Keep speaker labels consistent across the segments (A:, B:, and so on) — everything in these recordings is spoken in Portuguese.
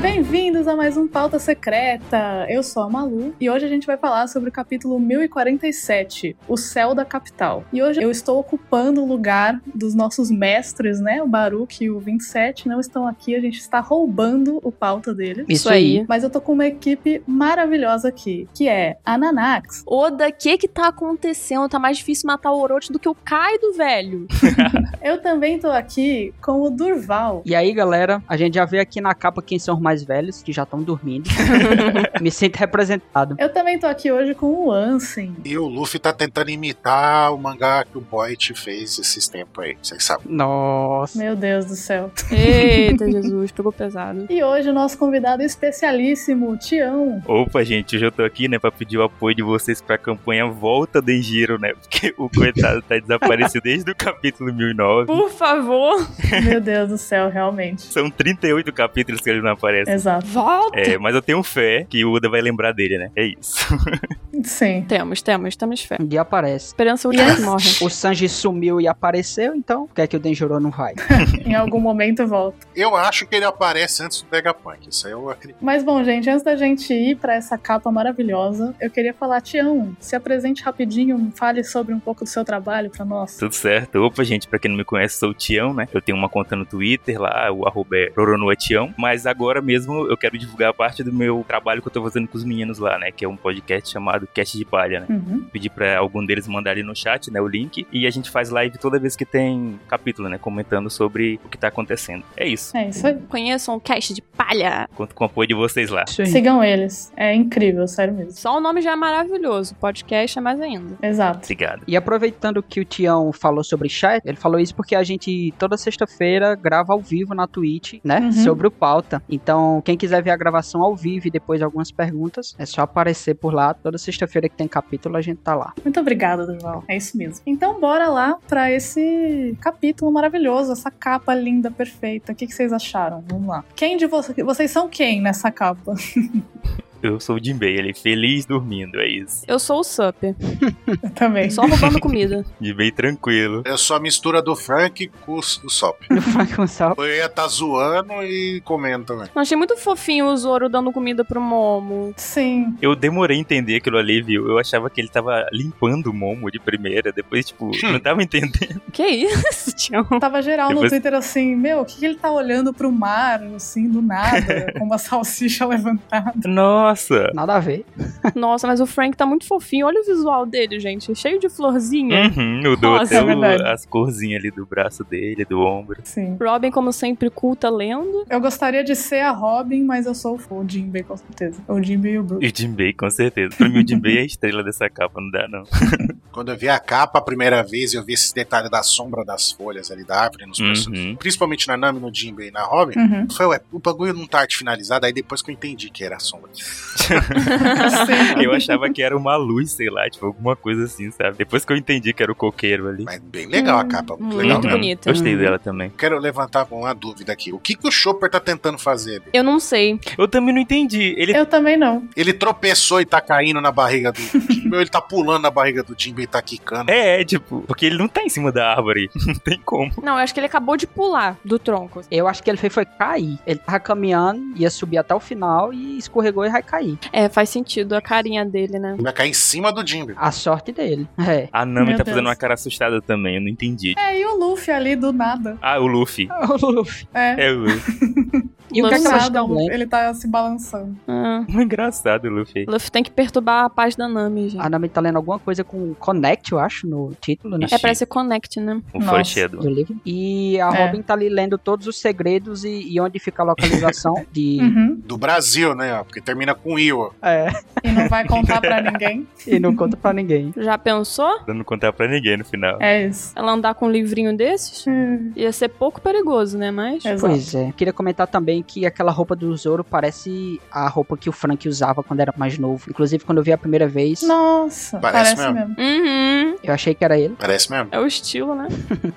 A: Bem-vindos a mais um Pauta Secreta! Eu sou a Malu e hoje a gente vai falar sobre o capítulo 1047, O Céu da Capital. E hoje eu estou ocupando o lugar dos nossos mestres, né? O Baruch e o 27 não estão aqui, a gente está roubando o pauta deles.
B: Isso aí.
A: Mas eu tô com uma equipe maravilhosa aqui, que é a Nanax.
B: Oda, o que que tá acontecendo? Tá mais difícil matar o Orochi do que o Kaido, velho.
A: Eu também tô aqui com o Durval.
C: E aí, galera, a gente já vê aqui na capa quem são os mais velhos, que já estão dormindo. Me sinto representado.
A: Eu também tô aqui hoje com o Ansem.
D: E o Luffy tá tentando imitar o mangá que o Boyd fez esses tempos aí, vocês sabem.
C: Nossa.
A: Meu Deus do céu.
B: Eita, Jesus, pegou pesado.
A: E hoje o nosso convidado especialíssimo, Tião.
E: Opa, gente, hoje eu tô aqui, né, pra pedir o apoio de vocês pra campanha Volta do Engenheiro, né? Porque o coitado tá desaparecido desde o capítulo 1009.
B: Por favor.
A: Meu Deus do céu, realmente.
E: São 38 capítulos que ele não aparece.
A: Exato.
B: Volta.
E: É, mas eu tenho fé que o Oda vai lembrar dele, né? É isso.
A: Sim.
B: Temos, temos, temos fé.
C: Um dia aparece.
B: Esperança última que morre.
C: O Sanji sumiu e apareceu, então quer que o Denjiro não vai.
A: Em algum momento volta.
D: Eu acho que ele aparece antes do Vegapunk, isso aí eu acredito.
A: Mas bom, gente, antes da gente ir pra essa capa maravilhosa, eu queria falar, Tião, se apresente rapidinho, fale sobre um pouco do seu trabalho pra nós.
E: Tudo certo. Opa, gente, pra quem não me conhece, sou o Tião, né? Eu tenho uma conta no Twitter lá, o arroba é Roronoa Tião. Mas agora mesmo eu quero divulgar parte do meu trabalho que eu tô fazendo com os meninos lá, né? Que é um podcast chamado Cast de Palha, né?
A: Uhum.
E: Pedi pra algum deles mandar ali no chat, né? O link. E a gente faz live toda vez que tem capítulo, né? Comentando sobre o que tá acontecendo. É isso.
A: É isso aí.
B: Conheçam um cast de palha.
E: Conto com o apoio de vocês lá.
C: Isso aí.
A: Sigam eles. É incrível, sério mesmo.
B: Só o nome já é maravilhoso. Podcast é mais ainda.
A: Exato.
E: Obrigado.
C: E aproveitando que o Tião falou sobre chat, ele falou isso porque a gente toda sexta-feira grava ao vivo na Twitch, né?
A: Uhum.
C: Sobre o pauta. Então, quem quiser ver a gravação ao vivo e depois algumas perguntas, é só aparecer por lá. Toda sexta-feira que tem capítulo, a gente tá lá.
A: Muito obrigada, Durval. É isso mesmo. Então, bora lá pra esse capítulo maravilhoso, essa capa linda, perfeita. O que, que vocês acharam? Vamos lá. Quem de vocês. Vocês são quem nessa capa?
E: Eu sou o Jinbei, ele é feliz dormindo, é isso.
B: Eu sou o Sup.
A: Eu também.
B: Só roubando comida.
E: Jinbei tranquilo.
D: Eu sou a mistura do Frank com o Sop.
C: Vai começar.
D: Eu ia tá zoando e comendo também.
B: Eu achei muito fofinho o Zoro dando comida pro Momo.
A: Sim.
E: Eu demorei a entender aquilo ali, viu? Eu achava que ele tava limpando o Momo de primeira, depois, tipo, não tava entendendo.
B: Que isso, Tião?
A: Tava geral no
E: Depois-
A: Twitter assim, meu, o que, que ele tá olhando pro mar, assim, do nada, com uma salsicha levantada.
E: Nossa!
C: Nada a ver.
B: Nossa, mas o Frank tá muito fofinho. Olha o visual dele, gente. Cheio de
D: Hum.
B: florzinha.
E: Uhum, mudou
B: Nossa,
E: até
A: Hum. é
E: o-
A: verdade.
E: as corzinhas ali do braço dele, do ombro.
A: Sim.
B: Robin, como sempre, culta lendo.
A: assim?" Eu gostaria de ser a Robin, mas eu sou o Jinbei, com certeza. O Jinbei e o Brook.
E: E o Jinbei, com certeza. Pra mim, o Jinbei é a estrela dessa capa, não dá não.
D: Quando eu vi a capa a primeira vez, eu vi esses detalhes da sombra das folhas ali da árvore nos
E: Uhum.
D: personagens. Principalmente na Nami, no Jinbei e na Robin.
A: Uhum.
D: Foi, ué, o bagulho não tá arte finalizado, aí depois que eu entendi que era a sombra.
A: Sim.
E: Eu achava que era uma luz, sei lá, tipo, alguma coisa assim, sabe? Depois que eu entendi que era o coqueiro ali.
D: Mas bem legal a capa, muito legal
B: Muito
E: Uhum.
D: mesmo.
B: bonita.
E: Gostei dela também.
D: Quero levantar uma dúvida aqui. O que, que o Chopper tá tentando fazer? ali?
B: Eu não sei.
E: Eu também não entendi. Ele
A: Eu também não.
D: Ele tropeçou e tá caindo na barriga do Jinbei, ou ele tá pulando na barriga do Jinbei e tá quicando.
E: É, é, tipo, porque ele não tá em cima da árvore. Não tem como.
B: Não, eu acho que ele acabou de pular do tronco.
C: Eu acho que ele fez foi cair. Ele tava caminhando, ia subir até o final e escorregou e vai cair.
B: É, faz sentido a carinha dele, né?
D: Ele vai cair em cima do Jinbei.
C: A sorte dele. É.
E: A Nami
A: Meu
E: tá
A: Deus.
E: fazendo uma cara assustada também, eu não entendi.
A: É, e o Luffy ali do nada.
E: Ah, o Luffy.
C: O Luffy.
A: É.
E: É o Luffy.
C: E o que é que
A: do
C: elas
A: nada,
C: estão
A: o Luffy,
C: lendo?
A: ele tá se balançando.
B: Ah,
E: Muito engraçado o Luffy.
B: Luffy tem que perturbar a paz da Nami, gente.
C: A Nami tá lendo alguma coisa com Connect, eu acho, no título, né?
E: Ixi.
B: É, parece Connect, né?
E: O
A: Nossa.
E: foreshadow.
C: do livro. E a
A: É.
C: Robin tá ali lendo todos os segredos e, e onde fica a localização de.
A: Uhum.
D: Do Brasil, né? ó, Porque termina com Iwa.
C: é,
A: E não vai contar pra ninguém.
C: e não conta pra ninguém.
B: Já pensou?
E: Pra não contar pra ninguém no final.
A: É isso.
B: Ela andar com um livrinho desses?
A: Hum,
B: Ia ser pouco perigoso, né? Mas.
A: Exato.
C: Pois é. Queria comentar também que aquela roupa do Zoro parece a roupa que o Frank usava quando era mais novo. Inclusive, quando eu vi a primeira vez,
A: Nossa,
D: Parece
A: parece,
D: mesmo.
A: mesmo.
B: Uhum.
C: eu achei que era ele.
D: Parece mesmo.
B: É o estilo, né?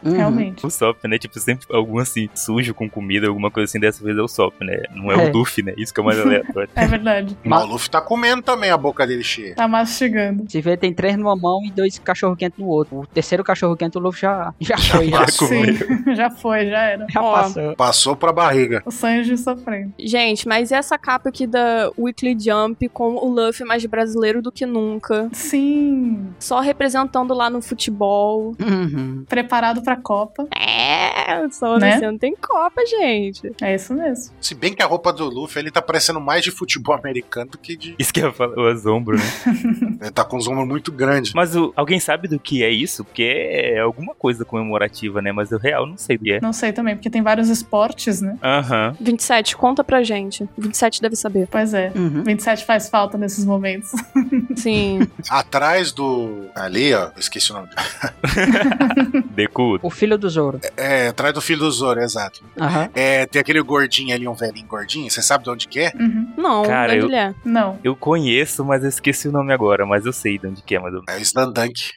C: Uhum.
A: Realmente.
E: O Sop, né? Tipo, sempre algum assim, sujo com comida, alguma coisa assim. Dessa vez é o Sop, né? Não é,
C: É.
E: o Luffy, né? Isso que é o mais aleatório.
A: É verdade.
D: Mas o Luffy tá comendo também a boca dele cheia.
A: Tá mastigando.
C: Se vê, tem três numa mão e dois cachorro quente no outro. O terceiro cachorro quente o Luffy já, já foi, já,
E: Ficou
A: Sim, já foi, já era.
C: já
B: Ó.
C: passou.
D: Passou pra barriga.
A: O Sanji sofrendo.
B: Gente, mas e essa capa aqui da Weekly Jump com o Luffy mais brasileiro do que nunca?
A: Sim,
B: Só representando lá no futebol.
C: Uhum.
A: preparado pra Copa.
B: É, só
A: Né?
B: né? não tem Copa, gente.
A: É isso mesmo.
D: Se bem que a roupa do Luffy, ele tá parecendo mais de futebol americano do que de.
E: Isso que eu falo, o assombro, né?
D: Ele tá com os ombros muito grandes.
E: Mas o- alguém sabe do que é isso? Porque é alguma coisa comemorativa, né? Mas eu real não sei do que é.
A: Não sei também, porque tem vários esportes, né?
E: Aham.
B: 27, conta pra gente. 27 deve saber.
A: Pois é.
C: Uhum.
A: 27 faz falta nesses momentos.
B: Sim.
D: Atrás do. Ali, ó. Eu esqueci o nome.
E: Deku.
C: O filho do Zoro.
D: É, atrás do filho do Zoro, exato.
C: Aham.
D: É, tem aquele gordinho ali, um velhinho gordinho. Você sabe de onde que é?
A: Uhum.
B: Não,
E: Cara, eu-
B: Guilherme.
A: Não.
E: Eu conheço, mas eu esqueci o nome agora. Mas eu sei de onde que é, mas eu...
D: É o Slandunk.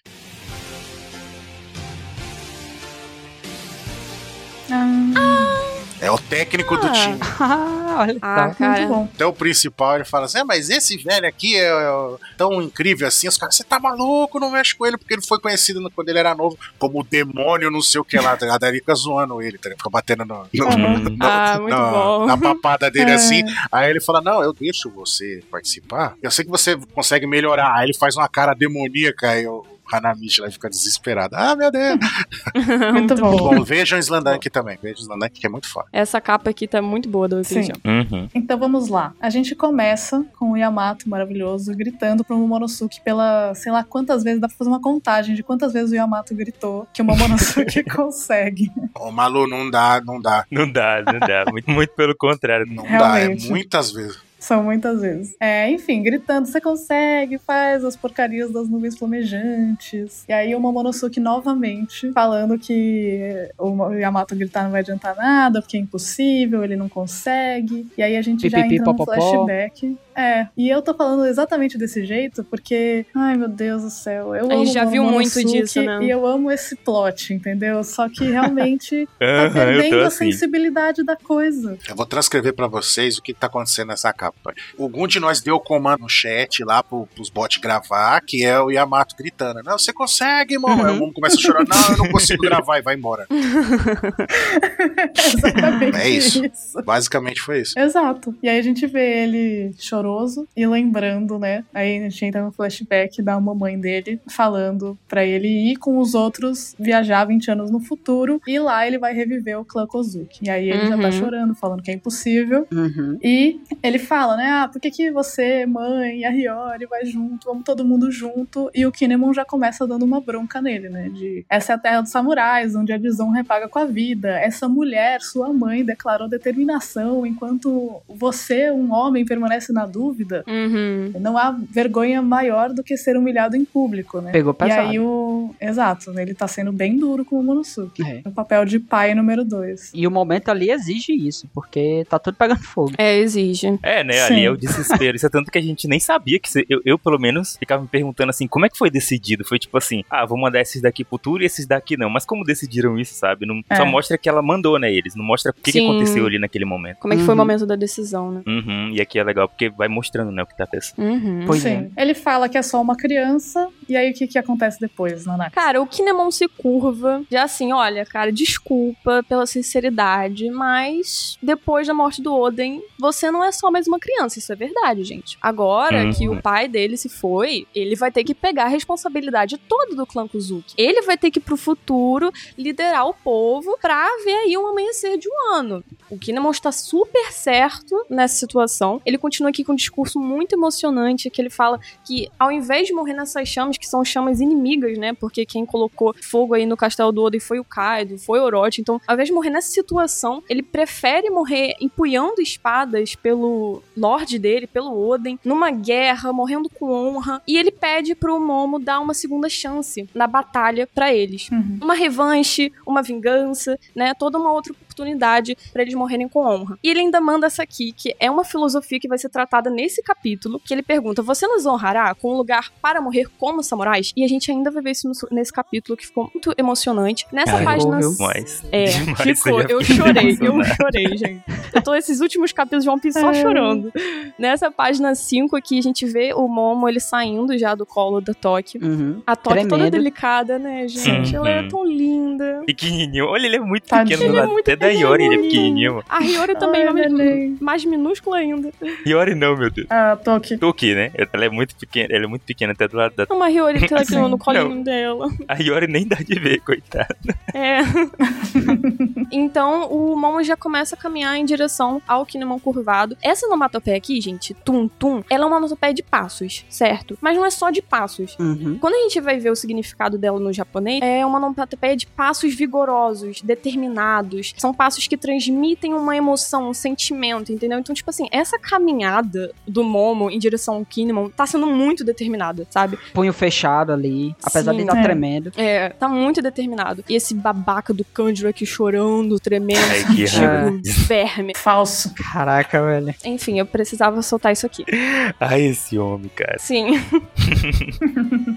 A: Ah,
D: É o técnico do
B: Ah.
D: time.
C: Ah, olha
B: Ah,
C: só.
B: cara.
A: muito bom.
D: Até o principal ele fala assim: é, mas esse velho aqui é, é tão incrível assim. Os caras, você tá maluco, não mexe com ele, porque ele foi conhecido no- quando ele era novo como o demônio, não sei o que lá. tá ligado? Aí fica zoando ele, tá ligado? Fica batendo no. no-
A: Uhum.
E: Hum.
B: Ah, muito
D: na,
B: bom.
D: na papada dele
A: É.
D: assim. Aí ele fala: Não, eu deixo você participar. Eu sei que você consegue melhorar. Aí ele faz uma cara demoníaca. Aí o Hanamichi lá fica desesperado. Ah, meu Deus.
B: Então-
A: Muito bom.
D: Bom, vejam o Slandank também. Vejam o Slandank, que é muito foda.
B: Essa capa aqui tá muito boa do Weekly
A: Sim.
B: Jump.
E: Uhum.
A: Então vamos lá. A gente começa com o Yamato maravilhoso gritando pro Momonosuke pela, sei lá quantas vezes, dá pra fazer uma contagem de quantas vezes o Yamato gritou que o Momonosuke consegue.
D: Ô, Malu, não dá, não dá.
E: Não dá, não dá. Muito, muito pelo contrário.
D: Não dá.
A: Realmente.
D: É muitas vezes.
A: São muitas vezes. É, enfim, gritando, você consegue, faz as porcarias das nuvens flamejantes. E aí o Momonosuke novamente falando que o Yamato gritar não vai adiantar nada, porque é impossível, ele não consegue. E aí a gente já
C: Pipipi,
A: entra no
C: popopó.
A: flashback. É, e eu tô falando exatamente desse jeito porque, ai meu Deus do céu, eu
B: A gente
A: amo
B: já
A: o
B: viu muito
A: Momonosuke
B: disso, né?
A: E eu amo esse plot, entendeu? Só que realmente tá
E: Aham, eu tô
A: perdendo a
E: assim.
A: sensibilidade da coisa.
D: Eu vou transcrever pra vocês o que tá acontecendo nessa capa. Algum de nós deu o comando no chat lá pro, pros bots gravar, que é o Yamato gritando: Não, você consegue, irmão. Aí o mundo começa a chorar: Não, eu não consigo gravar e vai embora.
A: Exatamente
D: É isso.
A: isso.
D: Basicamente foi isso.
A: Exato. E aí a gente vê ele choroso e lembrando, né? Aí a gente entra no flashback da mamãe dele falando pra ele ir com os outros viajar 20 anos no futuro e lá ele vai reviver o clã Kozuki. E aí ele já tá
B: Uhum.
A: chorando, falando que é impossível.
C: Uhum.
A: E ele fala, né? Ah, por que, que você, mãe, e a Hiyori vai junto? Vamos todo mundo junto. E o Kinemon já começa dando uma bronca nele, né? De essa é a terra dos samurais, onde a visão repaga com a vida. Essa mulher, sua mãe, declarou determinação, enquanto você, um homem, permanece na dúvida.
B: Uhum.
A: Não há vergonha maior do que ser humilhado em público, né?
C: Pegou
A: E
C: pesado.
A: aí o. Exato, né, ele tá sendo bem duro com o Momonosuke.
C: É.
A: O papel de pai número dois.
C: E o momento ali exige isso, porque tá tudo pegando fogo.
B: É, exige.
E: É, né?
A: Sim.
E: Ali é o desespero. Isso é tanto que a gente nem sabia que. se- eu, eu, pelo menos, ficava me perguntando assim, como é que foi decidido? Foi tipo assim, ah, vou mandar esses daqui pro tour e esses daqui não. Mas como decidiram isso, sabe? Não-
A: É.
E: Só mostra que ela mandou, né, eles. Não mostra o que, que
B: Sim.
E: aconteceu ali naquele momento.
B: Como é que foi o
C: Uhum.
B: momento da decisão, né?
E: Uhum, e aqui é legal, porque vai mostrando, né, o que tá acontecendo.
B: Uhum.
C: Pois é.
A: Sim. Ele fala que é só uma criança, e aí o que, que acontece depois, Nanaka?
B: Cara, o Kinemon se curva. Já assim, olha, cara, desculpa pela sinceridade, mas depois da morte do Oden, você não é só mais uma criança. Isso é verdade, gente. Agora
E: Uhum.
B: que o pai dele se foi, ele vai ter que pegar a responsabilidade toda do clã Kuzuki. Ele vai ter que, pro futuro, liderar o povo pra ver aí um amanhecer de um ano. O Kinemon está super certo nessa situação. Ele continua aqui com um discurso muito emocionante, que ele fala que ao invés de morrer nessas chamas, que são chamas inimigas, né? Porque quem colocou fogo aí no castelo do Oden foi o Kaido, foi o Orochi. Então, ao invés de morrer nessa situação, ele prefere morrer empunhando espadas pelo Lorde dele, pelo Oden, numa guerra, morrendo com honra. E ele pede pro Momo dar uma segunda chance na batalha pra eles.
A: Uhum.
B: Uma revanche, uma vingança, né? Toda uma outra oportunidade pra eles morrerem com honra. E ele ainda manda essa aqui, que é uma filosofia que vai ser tratada nesse capítulo, que ele pergunta: Você nos honrará com um lugar para morrer como samurais? E a gente ainda vai ver isso no- nesse capítulo, que ficou muito emocionante. Nessa
E: Carregou,
B: página.
C: viu?
E: Mas.
B: É,
E: Demais,
B: ficou.
E: eu já
B: Eu
E: fiquei
B: chorei, eu
E: emocionado.
B: chorei, gente. Eu tô esses últimos capítulos de One Piece só
A: É.
B: chorando. Nessa página 5 aqui, a gente vê o Momo, ele saindo já do colo da Toque.
C: Uhum.
B: A Toque toda
C: Tremendo.
B: delicada, né, gente?
E: Sim.
B: Ela é
E: Uhum.
B: tão linda.
E: Pequenininho. Olha, ele é muito
A: Tadinho.
E: pequeno. do
B: Ele é
E: lado.
B: muito
E: Até da Yori ele é
B: pequenininho.
E: pequenininho.
B: A Hiyori também,
A: Ai,
B: mas
A: neném.
B: mais minúscula ainda.
E: Yori não, meu Deus.
A: Ah, Toki.
E: Toki, né? Ela é muito pequena, ela é muito pequena até do lado da.
B: Não, Uma Hiyori tá aqui no- no
E: Não.
B: colinho dela.
E: A Yori nem dá de ver, coitada.
B: É. então o Momo já começa a caminhar em direção ao Kinemon curvado. Essa onomatopeia aqui, gente, tum-tum, ela é uma onomatopeia de passos, certo? Mas não é só de passos.
C: Uhum.
B: Quando a gente vai ver o significado dela no japonês, é uma onomatopeia de passos vigorosos, determinados. São passos que transmitem uma emoção, um sentimento, entendeu? Então, tipo assim, essa caminhada do Momo em direção ao Kinemon tá sendo muito determinada, sabe?
C: Punho fechado ali, apesar de
B: Sim.
C: estar
A: É.
C: tremendo.
B: É, tá muito determinado. E esse babaca do Cândido aqui chorando, tremendo,
E: Ai, que
C: raiva.
B: ridículo, verme.
A: Falso.
C: Caraca, velho.
B: Enfim, eu precisava soltar isso aqui.
E: Ai, esse homem, cara.
B: Sim.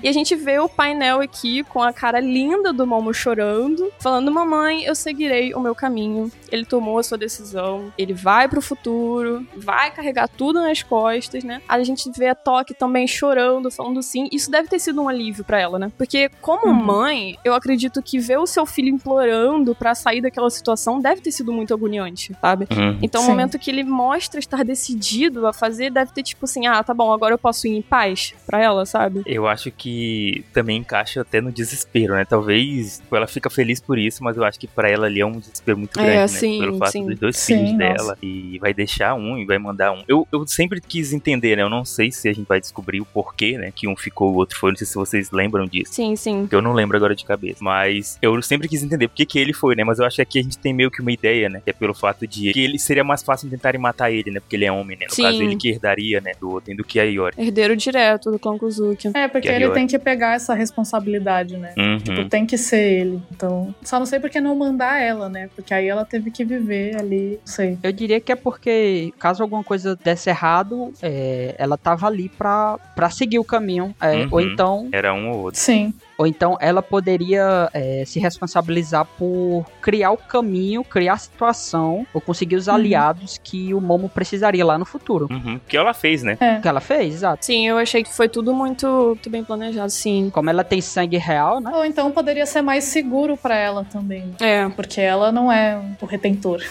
B: e a gente vê o painel aqui com a cara linda do Momo chorando, falando: Mamãe, eu seguirei o meu caminho. Ele tomou a sua decisão, ele vai pro futuro, vai carregar tudo nas costas, né? A gente vê a Toque também chorando, falando sim. Isso deve ter sido um alívio pra ela, né? Porque, como
A: Uhum.
B: mãe, eu acredito que ver o seu filho implorando pra sair daquela situação deve ter sido muito agoniante, sabe?
E: Hum.
B: Então, o
A: Sim.
B: momento que ele mostra estar decidido a fazer, deve ter tipo assim: ah, tá bom, agora eu posso ir em paz pra ela, sabe?
E: Eu acho que também encaixa até no desespero, né? Talvez tipo, ela fica feliz por isso, mas eu acho que pra ela ali é um desespero muito
B: É,
E: grande, né?
B: sim,
E: Pelo fato
B: sim.
E: dos dois
A: Sim,
E: filhos
A: nossa.
E: dela e vai deixar um e vai mandar um. Eu, eu sempre quis entender, né? Eu não sei se a gente vai descobrir o porquê, né? Que um ficou, o outro foi. Não sei se vocês lembram disso.
B: Sim, sim.
E: que eu não lembro agora de cabeça. Mas eu sempre quis entender por que, que ele foi, né? Mas eu acho que aqui a gente tem meio que uma ideia, né? Que é pelo fato de que ele seria mais fácil tentarem matar ele, né? Porque ele é homem, né? No
B: Sim.
E: caso, ele que herdaria, né? Do outro, do que a Iori.
B: Herdeiro direto do clã Kuzuki.
A: É, porque
E: Que
A: ele
E: horror.
A: tem que pegar essa responsabilidade, né?
B: Tipo,
E: Uhum.
A: Tem que ser ele. Então, só não sei por que não mandar ela, né? Porque aí ela teve que viver ali, não sei.
C: Eu diria que é porque, caso alguma coisa desse errado, é, ela tava ali pra, pra seguir o caminho. é,
E: Uhum.
C: Ou então
E: Era um ou outro.
A: Sim.
C: Ou então ela poderia é, se responsabilizar por criar o caminho, criar a situação, ou conseguir
B: Uhum.
C: os aliados que o Momo precisaria lá no futuro.
E: Uhum. Que ela fez, né?
C: O que ela fez, exato.
B: Sim, eu achei que foi tudo muito, muito bem planejado, sim.
C: Como ela tem sangue real, né?
A: Ou então poderia ser mais seguro pra ela também. né?
B: É.
A: Porque ela não é o retentor.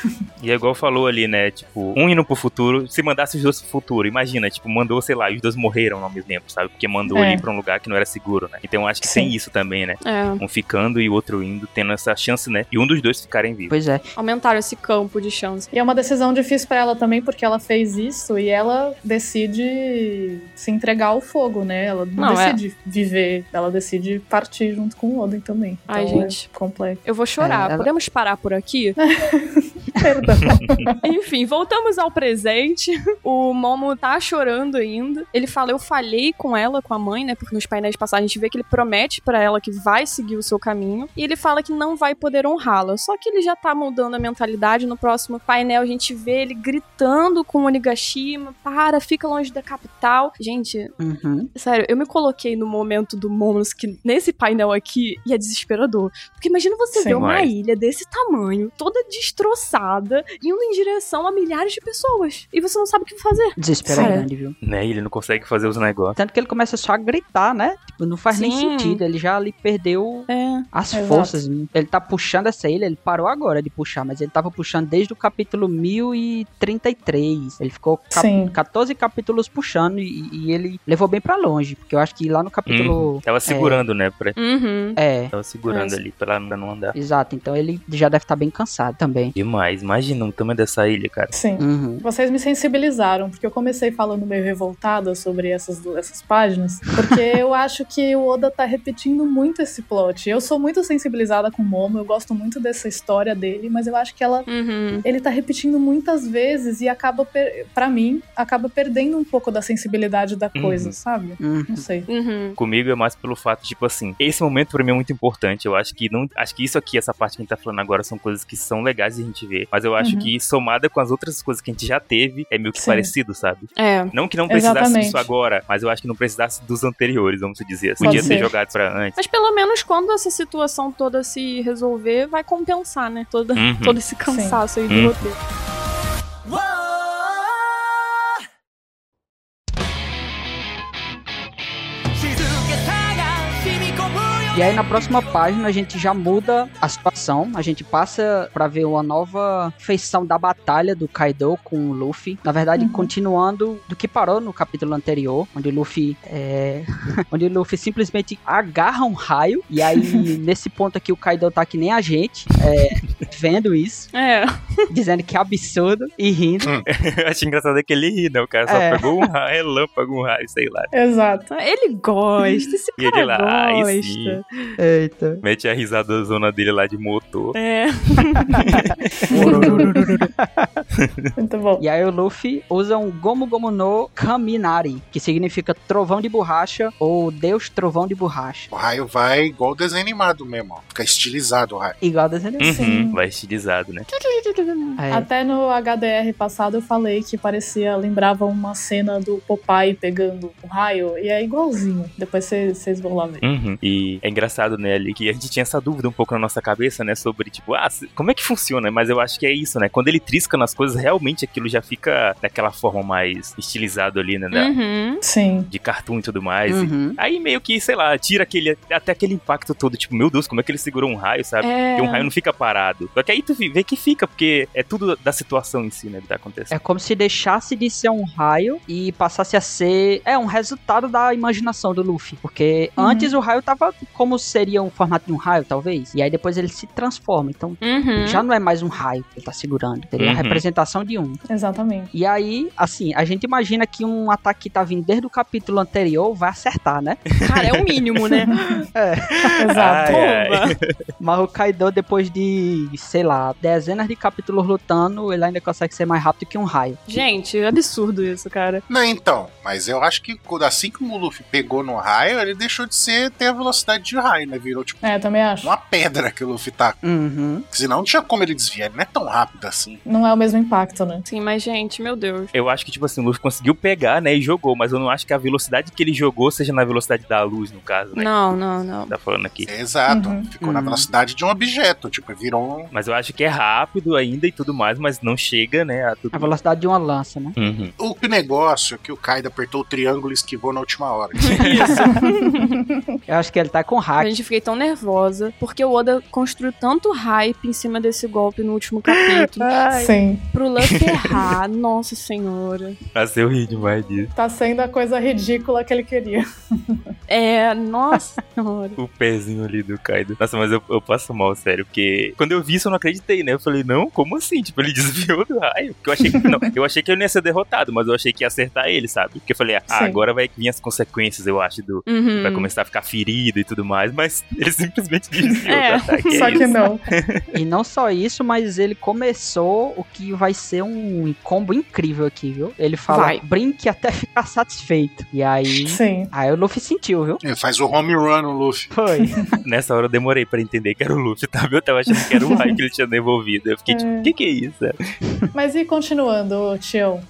E: E é igual falou ali, né? Tipo, um indo pro futuro, se mandasse os dois pro futuro, imagina, tipo, mandou, sei lá, e os dois morreram ao mesmo tempo, sabe? Porque mandou
A: É.
E: ali pra um lugar que não era seguro, né? Então eu acho que tem
A: Sim.
E: isso também, né?
B: É,
E: Um ficando e o outro indo, tendo essa chance, né? E um dos dois ficarem vivos.
C: Pois é.
B: aumentaram esse campo de chance.
A: E é uma decisão difícil pra ela também, porque ela fez isso e ela decide se entregar ao fogo, né? Ela não,
B: Não, é.
A: decide viver, ela decide partir junto com o Oden também. Então,
B: Ai, gente.
A: É complexo.
B: Eu vou chorar.
C: É, ela-
B: Podemos parar por aqui?
A: Perdão.
B: Enfim, voltamos ao presente. O Momo tá chorando ainda. Ele fala: Eu falhei com ela, com a mãe, né? Porque nos painéis passados a gente vê que ele promete pra ela que vai seguir o seu caminho. E ele fala que não vai poder honrá-la. Só que ele já tá mudando a mentalidade. No próximo painel a gente vê ele gritando com o Onigashima: Para, fica longe da capital. Gente,
C: Uhum.
B: Sério, eu me coloquei no momento do Momonos que nesse painel aqui e é desesperador. Porque imagina você
A: Sim.
B: ver uma
E: Vai.
B: ilha desse tamanho, toda destroçada, indo em direção a milhares de pessoas. E você não sabe o que fazer.
C: Desespero é
B: Sério.
C: grande, viu?
E: Né? E ele não consegue fazer os negócios.
C: Tanto que ele começa só a gritar, né? Tipo, não faz nem
B: Sim.
C: sentido. Ele já ali perdeu
B: É.
C: as
A: Exato.
C: forças. Ele tá puxando essa ilha, ele parou agora de puxar, mas ele tava puxando desde o capítulo 1033. Ele ficou cap
A: Sim.
C: 14 capítulos puxando e, e ele levou bem pra longe, porque eu acho que lá no
A: Uhum.
C: capítulo.
E: Tava
A: É.
E: segurando, né? Pra...
B: Uhum.
C: É,
E: Tava segurando
B: É.
E: ali pra ela não andar.
C: exato. Então ele já deve estar bem cansado também.
E: Demais, imagina o tamanho dessa ilha, cara.
A: Sim.
C: Uhum.
A: Vocês me sensibilizaram, porque eu comecei falando meio revoltada sobre essas, du- essas páginas, porque eu acho que o Oda tá repetindo muito esse plot. Eu sou muito sensibilizada com o Momo, eu gosto muito dessa história dele, mas eu acho que ela
B: Uhum.
A: ele tá repetindo muitas vezes e acaba, per- pra mim, acaba perdendo um pouco da sensibilidade da coisa,
E: Uhum.
A: sabe?
C: Uhum.
A: Não sei.
B: Uhum.
E: Comigo é mais pelo fato, tipo assim, esse momento pra mim é muito importante. Eu acho que não. Acho que isso aqui, essa parte que a gente tá falando agora, são coisas que são legais de a gente ver. ter. Mas eu acho
A: Uhum.
E: que somada com as outras coisas que a gente já teve, é meio que
A: Sim.
E: parecido, sabe?
B: É.
E: Não que não precisasse
A: Exatamente.
E: disso agora, mas eu acho que não precisasse dos anteriores, vamos dizer. assim.
A: Pode
E: Podia ter
A: ser.
E: jogado pra antes.
B: Mas pelo menos quando essa situação toda se resolver, vai compensar, né? Toda,
E: Uhum.
B: Todo esse cansaço aí do
E: Uhum.
B: roteiro.
C: E aí na próxima página a gente já muda a situação, a gente passa pra ver uma nova feição da batalha do Kaido com o Luffy. Na verdade,
A: Uhum.
C: continuando do que parou no capítulo anterior, onde o Luffy é... onde o Luffy simplesmente agarra um raio e aí nesse ponto aqui o Kaido tá que nem a gente, é, vendo isso,
B: É.
C: dizendo que é absurdo e rindo.
E: eu acho engraçado é que ele ri, né? O cara só
C: É.
E: pegou um raio, relâmpago, um raio, sei lá.
A: Exato.
B: Então, Ele gosta, esse
E: E ele
B: cara
E: lá, aí
B: gosta.
E: sim.
C: Eita.
E: Mete a risada da zona dele lá de motor.
B: É.
A: Muito bom.
C: E aí o Luffy usa um Gomu Gomu no Kaminari, que significa trovão de borracha ou Deus trovão de borracha.
D: O raio vai igual o desenho animado mesmo, ó. Fica estilizado o raio.
C: Igual das anime.
A: Sim.
E: Uhum, vai estilizado, né?
B: Uhum.
C: É.
A: Assim, Até no HDR passado eu falei que parecia, lembrava uma cena do Popeye pegando um raio, e é igualzinho. Depois vocês vocês vão lá ver.
E: Uhum. E é engraçado, né, ali, que a gente tinha essa dúvida um pouco na nossa cabeça, né, sobre, tipo, ah, se- como é que funciona? Mas eu acho que é isso, né? Quando ele trisca nas coisas, realmente aquilo já fica daquela forma mais estilizado ali, né? da-
B: Uhum.
A: Sim.
E: De cartoon e tudo mais. E
C: Uhum.
E: Aí meio que, sei lá, tira aquele, até aquele impacto todo, tipo, meu Deus, como é que ele segurou um raio, sabe?
B: É.
E: Porque um raio não fica parado. Só que aí tu vê que fica, porque é tudo da situação em si, né, que tá acontecendo.
C: É como se deixasse de ser um raio e passasse a ser. É um resultado da imaginação do Luffy. Porque
A: Uhum.
C: antes o raio tava como seria um formato de um raio, talvez. E aí depois ele se transforma. Então
B: Uhum.
C: já não é mais um raio que ele tá segurando. Ele é uma
E: Uhum.
C: representação de um.
A: Exatamente.
C: E aí, assim, a gente imagina que um ataque que tá vindo desde o capítulo anterior vai acertar, né?
B: Cara, é o mínimo, né?
A: Exato.
E: Ai, ai.
B: Pomba.
C: Mas o Kaido, depois de, sei lá, dezenas de capítulos lutando, ele ainda consegue ser mais rápido que um raio.
B: Gente, é absurdo isso, cara.
D: Não, então, mas eu acho que quando- assim que o Luffy pegou no raio, ele deixou de ser ter a velocidade de raio, né? Virou tipo
A: É, também acho.
D: uma pedra que o Luffy tá.
C: Uhum.
D: Senão não tinha como ele desviar, ele não é tão rápido assim.
A: Não é o mesmo impacto, né?
B: Sim, mas, gente, meu Deus.
E: Eu acho que, tipo assim, o Luffy conseguiu pegar, né, e jogou, mas eu não acho que a velocidade que ele jogou seja na velocidade da luz, no caso, né?
B: Não, não, não.
E: Tá falando aqui.
D: Exato.
A: Uhum.
D: Ficou na
C: Uhum.
D: velocidade de um objeto, tipo, virou um.
E: Mas eu acho que é rápido ainda e tudo mais, mas não chega, né, a tudo.
C: A velocidade de uma lança, né?
E: Uhum.
D: O que negócio é que o Kaido apertou o triângulo e esquivou na última hora.
C: Eu acho que ele tá com
B: A
C: hack.
B: gente fiquei tão nervosa, porque o Oda construiu tanto hype em cima desse golpe no último capítulo.
A: Sim.
B: Pro Luffy errar, nossa senhora.
E: Mas eu ri demais disso.
A: Tá sendo a coisa ridícula que ele queria.
B: É, nossa senhora.
E: O pezinho ali do Kaido. Nossa, mas eu, eu passo mal, sério. Porque quando eu vi isso, eu não acreditei, né? Eu falei, não, como assim? Tipo, ele desviou do raio. Porque eu achei que. Não, eu achei que eu não ia ser derrotado, mas eu achei que ia acertar ele, sabe? Porque eu falei, ah,
A: Sim.
E: agora vai vir as consequências, eu acho, do.
B: Uhum.
E: Vai começar a ficar ferido e tudo mais, mas ele simplesmente desviou
B: É,
E: do ataque. é
A: Só que
E: isso.
A: não.
C: E não só isso, mas ele começou o que vai ser um combo incrível aqui, viu? Ele fala,
B: Vai.
C: brinque até ficar satisfeito. E aí.
A: Sim.
C: Aí o Luffy sentiu, viu?
D: Ele faz o home run no Luffy.
C: Foi.
E: Nessa hora eu demorei pra entender que era o Luffy, sabe? Eu tava achando que era o raio que ele tinha devolvido. Eu fiquei tipo, o que que é isso?
A: Mas e continuando, Tião?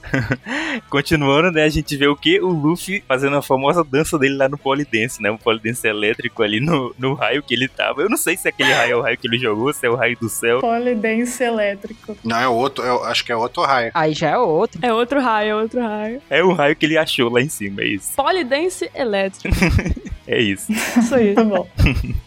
E: Continuando, né, a gente vê o que? O Luffy fazendo a famosa dança dele lá no Polidense, né? Um Polidense elétrico ali no, no raio que ele tava. Eu não sei se aquele raio é o raio que ele jogou, se é o raio do céu.
A: Polidense elétrico.
D: Não, é outro, eu acho que é outro raio.
C: aí já é outro.
B: É outro raio, é outro raio.
E: É o raio que ele achou lá em cima, é isso.
B: Polidense elétrico.
E: É isso.
B: Isso aí.
A: Muito Tá bom.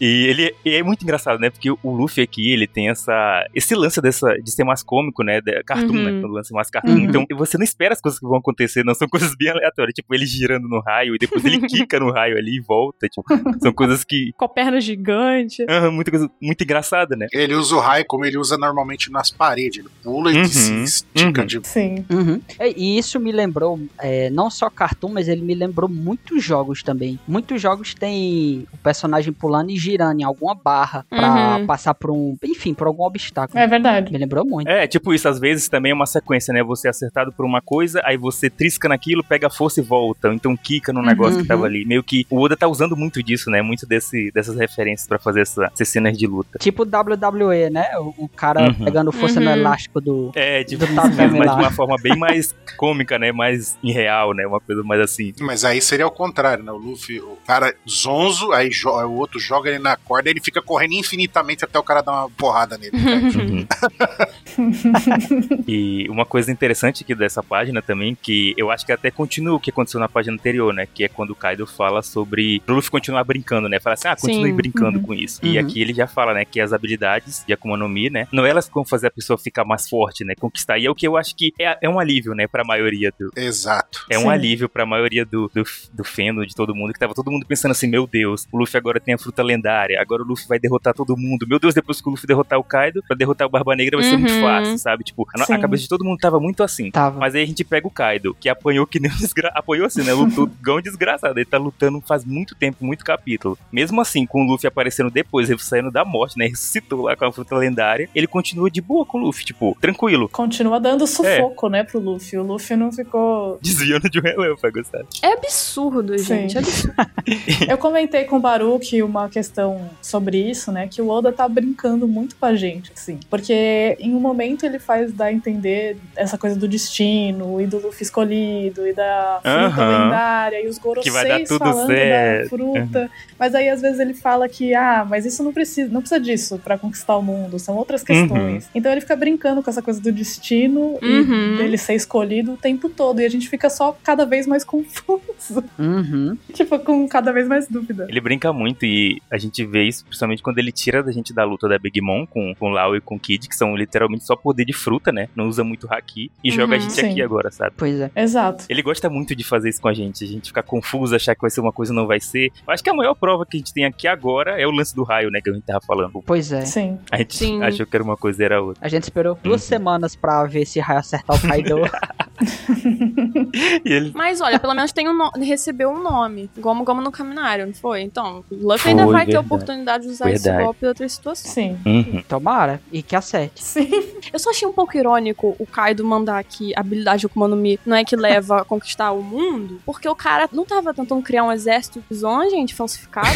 E: E ele e é muito engraçado, né? Porque o Luffy aqui, ele tem essa esse lance dessa de ser mais cômico, né? Da cartoon,
B: Uhum.
E: né? Quando lance mais cartoon.
C: Uhum.
E: Então, você não espera as coisas que vão acontecer, não são coisas bem aleatórias, tipo ele girando no raio e depois ele quica no raio ali e volta, tipo, são coisas que
B: Com a perna gigante.
E: Aham, muita coisa muito engraçada, né?
D: Ele usa o raio como ele usa normalmente nas paredes. Ele pula e
E: Uhum,
D: se estica
E: uhum.
D: de.
A: Sim.
C: Uhum. é, E- E isso me lembrou, é, não só cartoon, mas ele me lembrou muitos jogos também. Muitos jogos jogos tem o personagem pulando e girando em alguma barra pra
B: Uhum.
C: passar por um, enfim, por algum obstáculo.
A: É verdade.
C: Me lembrou muito.
E: É, tipo isso, às vezes também é uma sequência, né? Você é acertado por uma coisa, aí você trisca naquilo, pega a força e volta. Ou então quica no negócio
C: Uhum.
E: que tava ali. Meio que o Oda tá usando muito disso, né? Muito desse, dessas referências pra fazer essa- essas cenas de luta.
C: Tipo WWE, né? O, o cara
E: Uhum.
C: pegando força no
B: Uhum.
C: elástico do.
E: É, tipo,
C: Do tapete
E: mas de uma
C: lá.
E: forma bem mais cômica, né? Mais irreal, né? Uma coisa mais assim.
D: Mas aí seria o contrário, né? O Luffy, o cara zonzo, aí jo- o outro joga ele na corda e ele fica correndo infinitamente até o cara dar uma porrada nele.
E: Uhum. e uma coisa interessante aqui dessa página também, que eu acho que até continua o que aconteceu na página anterior, né? Que é quando o Kaido fala sobre o Luffy continuar brincando, né? Fala assim, ah, continue
B: Sim.
E: brincando
A: Uhum.
E: com isso.
C: Uhum.
E: E aqui ele já fala, né, que as habilidades de Akuma no Mi, né? Não elas que vão fazer a pessoa ficar mais forte, né? Conquistar. E é o que eu acho que é, é um alívio, né? Pra maioria do,
D: Exato.
E: é um
A: Sim.
E: alívio pra maioria do, do, do fandom, de todo mundo, que tava todo mundo pensando assim, meu Deus, o Luffy agora tem a fruta lendária, agora o Luffy vai derrotar todo mundo. Meu Deus, depois que o Luffy derrotar o Kaido, pra derrotar o Barba Negra vai ser muito
B: Uhum.
E: fácil, sabe? Tipo, a, a
A: Sim.
E: cabeça de todo mundo tava muito assim.
C: Tava.
E: Mas aí a gente pega o Kaido, que apanhou que nem um desgra... apanhou assim, né? Lutou igual um desgraçado. Ele tá lutando faz muito tempo, muito capítulo. Mesmo assim, com o Luffy aparecendo depois, ele saindo da morte, né? Ressuscitou lá com a fruta lendária. Ele continua de boa com o Luffy, tipo, tranquilo.
A: Continua dando sufoco, né, pro Luffy. O Luffy não ficou.
E: Desviando de um relâmpago, sabe?
B: É absurdo,
A: Sim.
B: gente. É absurdo.
A: Eu comentei com o Baruch uma questão sobre isso, né? Que o Oda tá brincando muito com a gente, assim. Porque em um momento ele faz dar a entender essa coisa do destino e do Luffy escolhido e da fruta
E: Aham.
A: lendária e os
E: Que vai dar
A: goroseis
E: tudo
A: falando da
E: certo. Uhum.
A: fruta. Mas aí às vezes ele fala que, ah, mas isso não precisa, não precisa disso pra conquistar o mundo, são outras
E: Uhum.
A: questões. Então ele fica brincando com essa coisa do destino
B: Uhum.
A: e dele ser escolhido o tempo todo. E a gente fica só cada vez mais confuso.
C: Uhum.
A: Tipo, com cada vez mais dúvida.
E: Ele brinca muito e a gente vê isso principalmente quando ele tira da gente da luta da Big Mom com, com Lau e com Kid, que são literalmente só poder de fruta, né? Não usa muito haki e
B: Uhum.
E: joga a gente
A: Sim.
E: aqui agora, sabe?
C: Pois é.
A: Exato.
E: Ele gosta muito de fazer isso com a gente, a gente ficar confuso, achar que vai ser uma coisa e não vai ser. Eu acho que a maior prova que a gente tem aqui agora é o lance do raio, né? Que a gente tava falando.
C: Pois é.
A: Sim.
E: A gente
B: Sim.
E: achou que era uma coisa e era outra.
C: A gente esperou duas
E: Uhum.
C: semanas pra ver se raio acertar o Kaido.
E: E ele.
B: Mas olha, pelo menos tem um no... recebeu um nome. Gomo Gomo no Caminário, não foi? Então, o Luffy ainda
E: Foi,
B: vai ter
E: verdade.
B: oportunidade de usar esse
E: Verdade.
B: golpe em outras situações.
A: Sim.
E: Uhum.
C: Tomara. E que acerte.
A: Sim.
B: Eu só achei um pouco irônico o Kaido mandar que a habilidade de Akuma no Mi não é que leva a conquistar o mundo, porque o cara não tava tentando criar um exército de zon, gente, falsificado.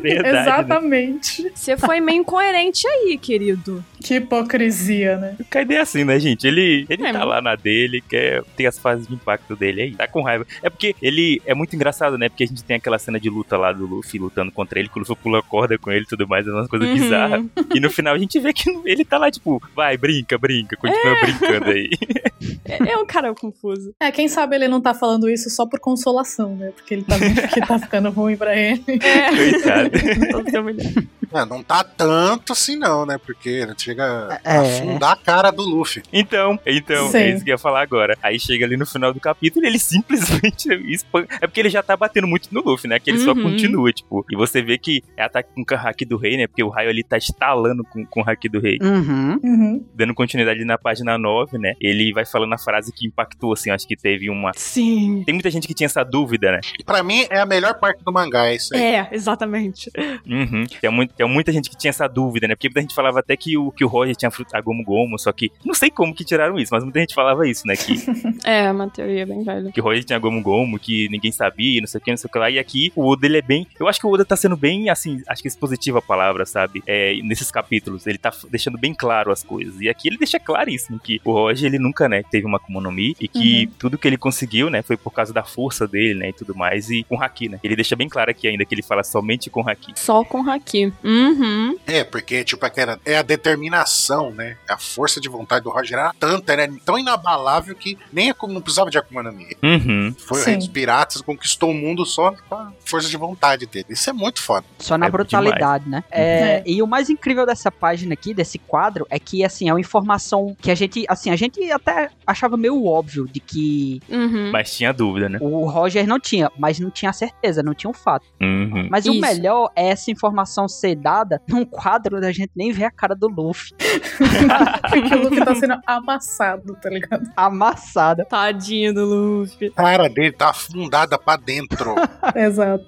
E: Verdade. né?
A: Exatamente.
B: Você foi meio incoerente aí, querido.
A: Que hipocrisia, né?
E: O Kaido é assim, né, gente? Ele, ele
B: É,
E: tá
B: mano.
E: lá na dele, quer ter as fases de impacto dele aí. Tá com raiva. É porque ele é muito engraçado, né? Porque a gente tem aquela cena de luta lá do Luffy lutando contra ele, que o Luffy pula a corda com ele e tudo mais, é umas coisas
B: Uhum.
E: bizarras. E no final a gente vê que ele tá lá, tipo, vai, brinca, brinca, continua brincando aí.
B: É um cara confuso.
A: É, quem sabe ele não tá falando isso só por consolação, né? Porque ele tá vendo que tá ficando ruim pra ele.
B: É.
E: Coitado.
B: Todo seu melhor.
D: É, não tá tanto assim, não, né? Porque chega
C: É.
D: a afundar a cara do Luffy.
E: Então, então,
A: Sim.
E: é isso que eu ia falar agora. Aí chega ali no final do capítulo e ele simplesmente espan- É porque ele já tá batendo muito no Luffy, né? Que ele só
B: Uhum.
E: continua, tipo. E você vê que é ataque com o hack do rei, né? Porque o raio ali tá estalando com, com o hack do rei.
C: Uhum.
A: Uhum.
E: dando continuidade na página 9, né? Ele vai falando a frase que impactou, assim, acho que teve uma.
B: Sim.
E: Tem muita gente que tinha essa dúvida, né?
D: Pra mim é a melhor parte do mangá, é isso aí.
B: É, exatamente.
E: Uhum. Tem, muito, tem muita gente que tinha essa dúvida, né? Porque muita gente falava até que o, que o Roger tinha fruta a Gomu Gomu, só que não sei como que tiraram isso, mas muita gente falava isso, né? Que,
B: É, uma teoria bem velha.
E: que o Roger tinha Gomu Gomu, que ninguém sabia, não sei o que, não sei o que lá. E aqui o Oda, ele é bem. Eu acho que o Oda tá sendo bem, assim, acho que expositiva a palavra, sabe? É, nesses capítulos. Ele tá f- deixando bem claro as coisas. E aqui ele deixa claríssimo que o Roger, ele nunca, né, teve uma Akuma no Mi e que tudo que ele conseguiu, né, foi por causa da força dele, né, e tudo mais. E com Haki, né? Ele deixa bem claro aqui ainda que ele fala somente com Haki.
B: Só com Haki. Uhum.
D: É, porque, tipo, aquela, é a determinação, né? A força de vontade do Roger era tanta, era tão inabalável que nem a Akuma- não precisava de Akuma no Mi.
E: Uhum.
D: Foi o
A: Sim.
D: rei dos piratas, conquistou o mundo só com a força de vontade dele. Isso é muito foda.
C: Só na
E: É
C: brutalidade, né? É,
B: Uhum.
A: É.
C: E o mais incrível dessa página aqui, desse quadro, é que, assim, é uma informação que a gente, assim, a gente até achava meio óbvio de que
B: Uhum.
E: Mas tinha dúvida, né?
C: o Roger não tinha, mas não tinha certeza, não tinha o fato.
E: Uhum.
C: Mas o
B: Isso.
C: melhor é essa informação ser dada num quadro onde a gente nem vê a cara do Luffy.
A: Porque o Luffy tá sendo amassado, tá ligado?
C: Amassada.
B: Tadinho do Luffy.
D: A cara dele tá afundada pra dentro.
A: Exato.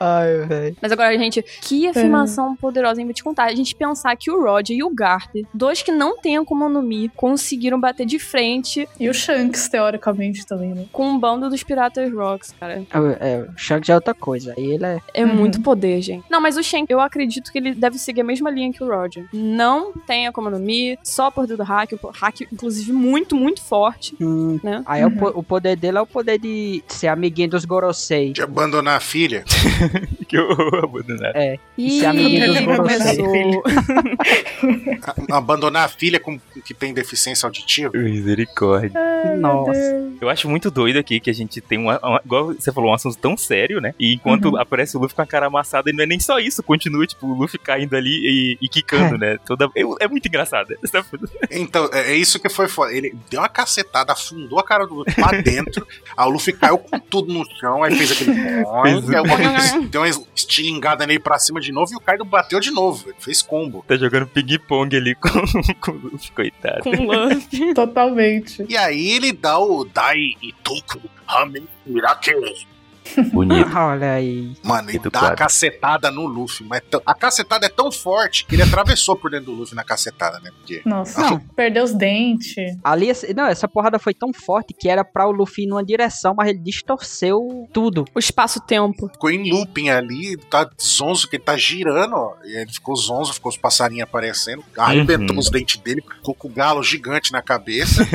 C: Ai, velho.
B: Mas agora, gente, que
A: É.
B: afirmação poderosa, hein? Vou te contar. A gente pensar que o Roger e o Garp, dois que não têm como no Mi, conseguiram bater de frente
A: E o Shanks, teoricamente, também, né?
B: com um bando dos Piratas Rocks, cara.
C: É, o Shanks já é outra coisa. Aí ele é.
B: É
A: Uhum.
B: muito poder, gente. Não, mas o Shen, eu acredito que ele deve seguir a mesma linha que o Roger. Não tem a no Mi, só por do hack, o hack, inclusive, muito, muito forte.
C: Hum,
B: Né?
C: Aí é o, po- o poder dele é o poder de ser amiguinho dos Gorosei.
D: De abandonar a filha.
E: Que horror, abandonar.
C: E se a
A: menina dos Gorosei?
B: começou.
D: A- Abandonar a filha com, que tem deficiência auditiva.
E: Misericórdia.
C: Nossa.
E: Eu acho muito doido aqui que a gente tem uma, uma- Igual você falou, um assunto tão sério, né? E enquanto aparece o Luffy com a cara amassada, e não é nem só isso, continua, tipo, o Luffy caindo ali e, e quicando, né? Toda, eu- é muito engraçado. Essa-
D: Então, é é isso que foi foda. Ele deu uma cacetada, afundou a cara do Luffy pra dentro. A Luffy caiu com tudo no chão, aí fez aquele.
E: Fez o-
D: Aí o Luffy deu uma estilingada nele pra cima de novo e o Kaido bateu de novo. Ele fez combo.
E: Tá jogando ping-pong ali com, com o Luffy, coitado.
B: com o Luffy.
A: Totalmente.
D: E aí ele dá o Dai Itoku Ramen Mirake.
E: Bonito.
C: Olha aí.
D: Mano, ele
E: Muito
D: dá
E: claro.
D: a cacetada no Luffy. Mas tão- a cacetada é tão forte que ele atravessou por dentro do Luffy na cacetada, né? Porque.
A: Nossa.
C: Não.
A: Perdeu os dentes.
C: Ali, esse- não, essa porrada foi tão forte que era pra o Luffy ir numa direção, mas ele distorceu tudo.
B: O espaço-tempo.
D: ficou em looping ali, tá zonzo, que ele tá girando, ó. E ele ficou zonzo, ficou os passarinhos aparecendo, arrebentou
E: Uhum.
D: os dentes dele, ficou com o galo gigante na cabeça,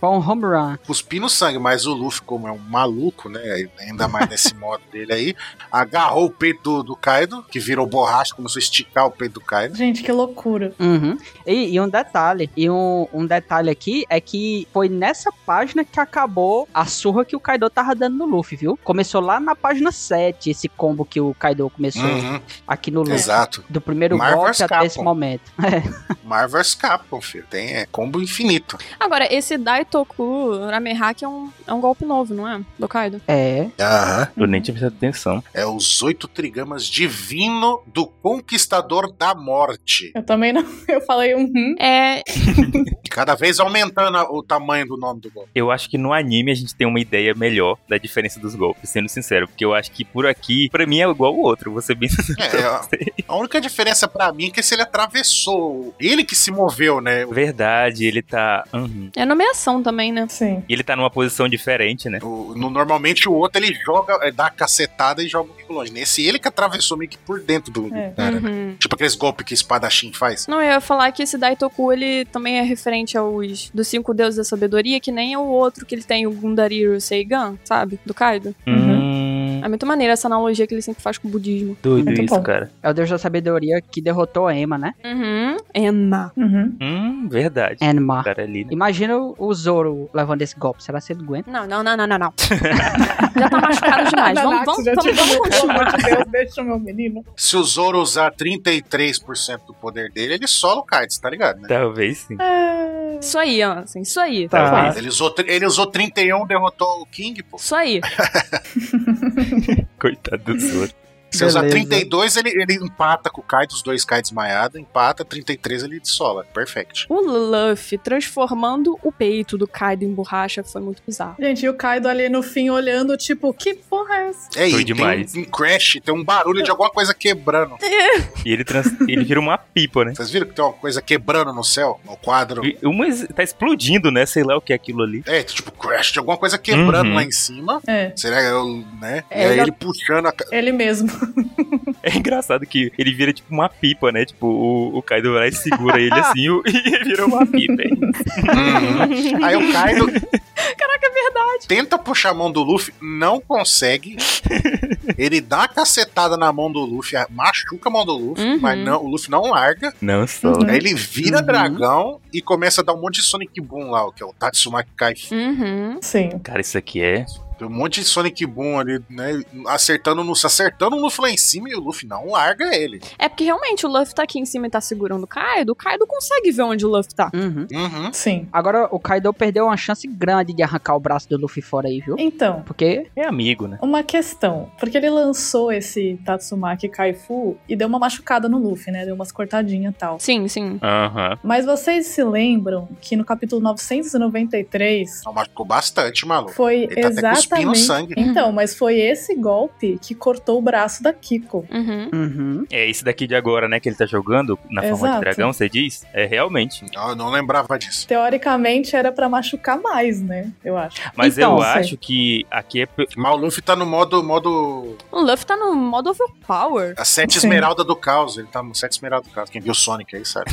C: Foi um home run.
D: cuspindo sangue, mas o Luffy, como é um maluco, né? Ainda mais nesse modo dele aí, agarrou o peito do, do Kaido, que virou borracha, começou a esticar o peito do Kaido.
A: Gente, que loucura.
C: Uhum. E, e um detalhe, e um, um detalhe aqui é que foi nessa página que acabou a surra que o Kaido tava dando no Luffy, viu? Começou lá na página 7 esse combo que o Kaido começou
D: Uhum,
C: aqui no Luffy.
D: Exato.
C: Do primeiro
D: Marvel
C: golpe até
D: Capcom.
C: esse momento. É.
D: Marvel's Capcom, filho. Tem é, combo infinito.
B: Agora, esse Daitoku Ramehak é um, é um golpe novo, não é? Do Kaido.
C: É.
D: Aham.
E: Eu nem tinha prestado atenção.
D: É os oito trigamas divino do Conquistador da Morte.
A: Eu também não. Eu falei um. hum.
B: É,
D: Cada vez aumentando a- o tamanho do nome do golpe.
E: Eu acho que no anime a gente tem uma ideia melhor da diferença dos golpes, sendo sincero. Porque eu acho que por aqui, pra mim é igual o outro, vou ser bem sincero.
D: É, é, a- a única diferença pra mim é que se ele atravessou, ele que se moveu, né?
E: Verdade, ele tá. Uhum.
B: é nomeação também, né?
A: Sim.
E: E ele tá numa posição diferente, né?
D: O- no- normalmente o outro ele joga, é, dá a cacetada e joga o meio longe. Nesse ele que atravessou meio que por dentro do do
A: É.
D: cara. né?
B: Uhum.
D: Tipo aqueles golpes que espadachim faz.
B: Não, eu ia falar que esse Daitoku, ele também é referente aos dos cinco deuses da sabedoria, que nem é o outro que ele tem, o Gundariro Seigan, sabe? Do Kaido.
E: Hum,
B: É muito maneiro essa analogia que ele sempre faz com o budismo.
E: doido
A: Muito
E: isso,
A: bom.
E: cara.
C: É o Deus da Sabedoria que derrotou a Emma, né?
B: Uhum. Enma.
A: Uhum.
E: Hum, verdade. O
C: Enma.
E: cara ali,
D: É.
E: né?
C: Imagina o o Zoro levando esse golpe. Será que ele aguenta?
B: Não, não, não, não, não, não. já tá machucado demais. vamos,
A: Nanatsu,
B: vamos,
A: já
B: vamos,
A: tinha-
B: vamos
A: Pelo
B: continuar.
A: amor de Deus, deixa o meu menino.
D: Se o Zoro usar 33% do poder dele, ele sola o Kaido, tá ligado, né?
E: Talvez sim.
A: É.
B: Isso aí, Ansem, isso aí.
C: Tá.
E: Talvez.
D: Ele usou, tri- ele usou 31, derrotou o King, pô.
B: Isso aí.
E: Coitado do Zoro.
D: Se usar
C: Beleza.
D: 32, ele, ele empata com o Kaido, os dois Kaido desmaiados, empata, 33 ele sola. Perfect.
B: O Luffy transformando o peito do Kaido em borracha foi muito bizarro.
A: Gente, e o Kaido ali no fim olhando, tipo, que porra é essa?
D: É,
E: Foi
D: e
E: demais.
D: tem um, um crash, tem um barulho de alguma coisa quebrando.
E: E ele, trans... ele vira uma pipa, né?
D: Vocês viram que tem uma coisa quebrando no céu, no quadro?
E: E Uma es- tá explodindo, né? Sei lá o que é aquilo ali.
D: É, tipo, crash, tem alguma coisa quebrando
E: Uhum.
D: lá em cima.
A: É,
D: Será que eu, né?
A: É,
D: e aí
A: já-
D: ele puxando a. ca-
A: ele mesmo.
E: É engraçado que ele vira tipo uma pipa, né? Tipo, o, o Kaido vai lá e segura ele assim o- e ele vira uma pipa. hein?
D: Uhum. aí o Kaido. Caraca, é verdade. Tenta puxar a mão do Luffy, não consegue. ele dá a cacetada na mão do Luffy, a- machuca a mão do Luffy,
B: Uhum.
D: mas não, o Luffy não larga.
E: Não só.
A: Uhum.
D: Aí ele vira
C: Uhum.
D: dragão e começa a dar um monte de Sonic Boom lá, o que é o Tatsumaki Kai
B: Uhum.
A: Sim.
E: Cara, isso aqui é
D: Tem um monte de Sonic Boom ali, né? Acertando no, acertando no Luffy lá em cima e o Luffy não larga ele.
B: É porque realmente o Luffy tá aqui em cima e tá segurando o Kaido, o Kaido consegue ver onde o Luffy tá.
C: Uhum.
D: Uhum.
A: Sim.
C: Agora o Kaido perdeu uma chance grande de arrancar o braço do Luffy fora aí, viu?
A: Então,
C: Porque
E: É amigo, né?
A: Uma questão, porque ele lançou esse Tatsumaki Kaifu e deu uma machucada no Luffy, né? Deu umas cortadinhas e tal.
B: Sim, sim.
E: Aham.
A: Mas vocês se lembram que no capítulo 993
D: Então, marcou bastante, maluco.
A: foi
D: Ele tá até cuspindo
A: exatamente.
D: sangue.
A: então, mas foi esse golpe que cortou o braço da Kiko.
B: Uhum.
C: uhum.
E: É esse daqui de agora, né? Que ele tá jogando na forma
A: Exato.
E: de dragão, você diz? É realmente.
D: Não, Eu não lembrava disso.
A: Teoricamente era pra machucar mais, né? Eu acho.
E: Mas
C: Então,
E: eu
A: sei.
E: acho que aqui é. pe-
D: Mas o Luffy tá no modo, modo
B: O Luffy tá no modo overpower.
D: A sete
A: Sim.
D: esmeralda do caos, ele tá no sete esmeralda do caos. Quem viu Sonic aí sabe.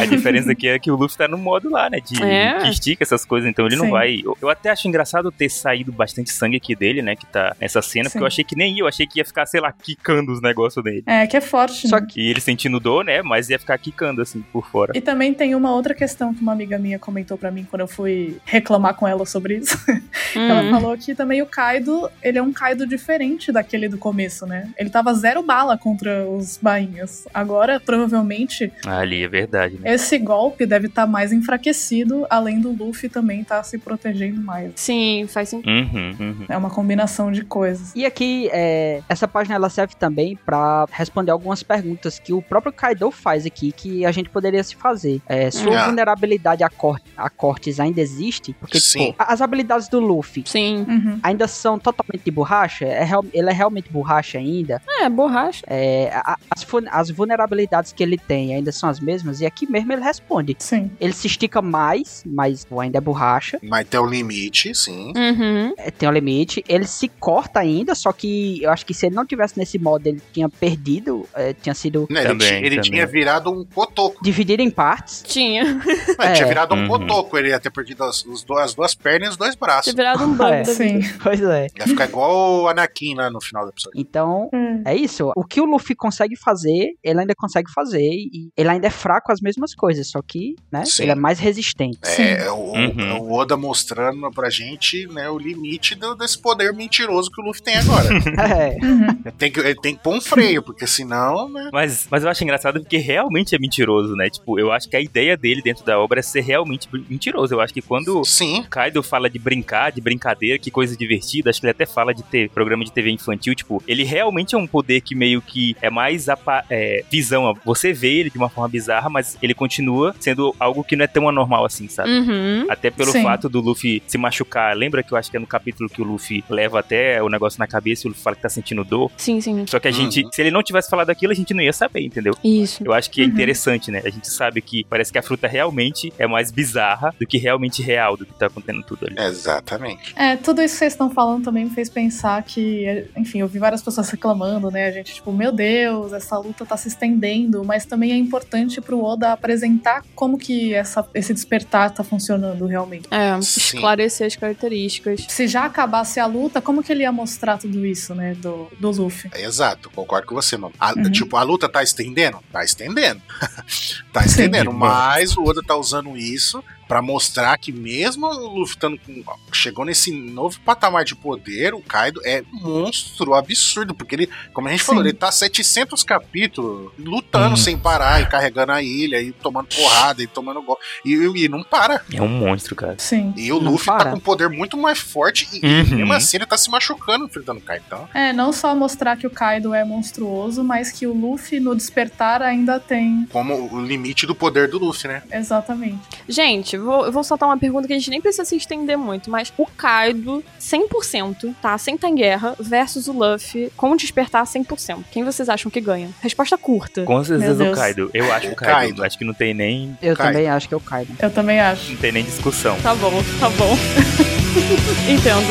E: A diferença aqui é que o Luffy tá no modo lá, né? De
B: É.
E: que estica essas coisas, então ele não
A: Sim.
E: vai. Eu, eu até acho engraçado ter saído bastante sangue aqui dele, né? Que tá nessa cena,
A: Sim.
E: porque eu achei que nem ia, eu achei que ia ficar, sei lá, quicando os negócios dele.
A: É, que é forte,
C: Só
A: né?
E: E ele sentindo dor, né? Mas ia ficar quicando assim por fora.
A: E também tem uma outra questão que uma amiga minha comentou pra mim quando eu fui reclamar com ela sobre isso. Ela
B: Uhum.
A: falou que também o Kaido, ele é um Kaido diferente daquele do começo, né? Ele tava zero bala contra os bainhas. Agora, provavelmente,
E: Ali, é verdade, né?
A: esse golpe deve estar mais enfraquecido, além do Luffy também tá se protegendo mais.
B: Sim, faz sentido.
E: Uhum, uhum.
A: É uma combinação de coisas.
C: E aqui, é, essa página ela serve também pra responder algumas perguntas que o próprio Kaido faz aqui, que a gente poderia se fazer. É, sua
D: Ah.
C: vulnerabilidade a, cor- a cortes ainda existe? Porque,
D: Sim.
C: tipo, a- as habilidades do Luffy
B: Sim.
A: Uhum.
C: ainda são totalmente de borracha? É real- ele é realmente borracha ainda?
B: É, borracha.
C: É, a- a- as, fu- as vulnerabilidades que ele tem ainda são as mesmas? E aqui mesmo ele responde.
A: Sim.
C: Ele se estica mais, mas ainda é borracha.
D: Mas tem o limite, sim.
B: Uhum.
C: É, tem um limite. Ele se corta ainda, só que eu acho que se ele não tivesse nesse modo, ele tinha perdido, é, tinha sido
D: Né,
E: Também,
D: ele ti- ele
E: também.
D: tinha virado um cotoco.
C: dividido em partes.
B: Tinha.
D: Ele
C: É.
D: tinha virado um
E: Uhum.
D: cotoco. Ele ia ter perdido as, os do- as duas pernas e os dois
B: Tinha
D: braços.
B: virado um
C: É.
B: bando.
A: Sim.
C: Pois é.
D: Ia ficar igual o Anakin lá no final do episódio.
C: Então,
A: Hum.
C: é isso. O que o Luffy consegue fazer, ele ainda consegue fazer. E ele ainda é fraco às mesmas coisas, só que, né?
D: Sim.
C: Ele é mais resistente.
A: Sim.
D: É, o, o-
E: Uhum.
D: é o Oda mostrando pra gente né, o limite do- desse poder mentiroso que o Luffy tem agora.
C: É.
A: Uhum.
D: ele, tem que, ele tem que pôr um freio, porque senão, né?
E: Mas, mas eu acho engraçado porque realmente é mentiroso, né? Tipo, eu acho que a ideia dele dentro da obra é ser realmente br- mentiroso. Eu acho que quando
D: Sim.
E: o Kaido fala de brincar, de brincadeira, que coisa divertida, acho que ele até fala de ter programa de TV infantil, tipo, ele realmente é um poder que meio que é mais apa- é, visão. ó. Você vê ele de uma forma bizarra, mas ele continua sendo algo que não é tão anormal assim, sabe?
B: Uhum.
E: Até pelo
A: Sim.
E: fato do Luffy se machucar. Lembra que eu acho que é no capítulo que o Luffy leva até o negócio na cabeça e o Luffy fala que tá sentindo dor?
B: Sim, sim.
E: Só que a gente,
D: Uhum.
E: se ele não tivesse falado aquilo, a gente não ia saber, entendeu?
B: Isso.
E: Eu acho que é
A: Uhum.
E: interessante, né? A gente sabe que parece que a fruta realmente é mais bizarra do que realmente real do que tá acontecendo tudo ali.
D: Exatamente.
A: É, tudo isso que vocês estão falando também me fez pensar que, enfim, eu vi várias pessoas reclamando, né? A gente, tipo, meu Deus, essa luta tá se estendendo, mas também é importante pro Oda apresentar como que essa, esse despertar tá funcionando realmente.
B: É,
D: Sim.
B: esclarecer as características.
A: Se já acabasse a luta, como que ele ia mostrar tudo isso, né? Do, do Luffy.
D: Exato, concordo com você, mano. A-
A: Uhum.
D: Tipo, a luta tá estendendo? Tá estendendo. tá
A: Sim.
D: estendendo,
E: Demais.
D: mas o Oda tá usando isso pra mostrar que mesmo o Luffy tando com, chegou nesse novo patamar de poder, o Kaido é monstro, absurdo, porque ele, como a gente
A: Sim.
D: falou, ele tá 700 capítulos lutando
E: Hum.
D: sem parar e carregando a ilha e tomando porrada e tomando gol. E, e não para.
E: É um monstro, cara.
A: Sim.
D: E o
C: Não
D: Luffy
C: para.
D: tá com um poder muito mais forte e
E: Uhum.
D: mesmo assim ele tá se machucando enfrentando o Kaido. Então,
A: É, não só mostrar que o Kaido é monstruoso, mas que o Luffy no despertar ainda tem.
D: como o limite do poder do Luffy, né?
A: Exatamente.
B: Gente, vou, eu vou soltar uma pergunta que a gente nem precisa se estender muito, mas o Kaido 100%, tá? Sem tá em guerra, versus o Luffy com despertar 100%. Quem vocês acham que ganha? Resposta curta.
E: Com certeza é
A: Deus.
E: o Kaido. Eu acho o
D: O
E: Kaido.
D: Kaido.
E: Acho que não tem nem.
C: Eu
D: Kaido.
C: também acho que é eu caio.
A: Eu também acho.
E: Não tem nem discussão.
B: Tá bom, tá bom. Entendo.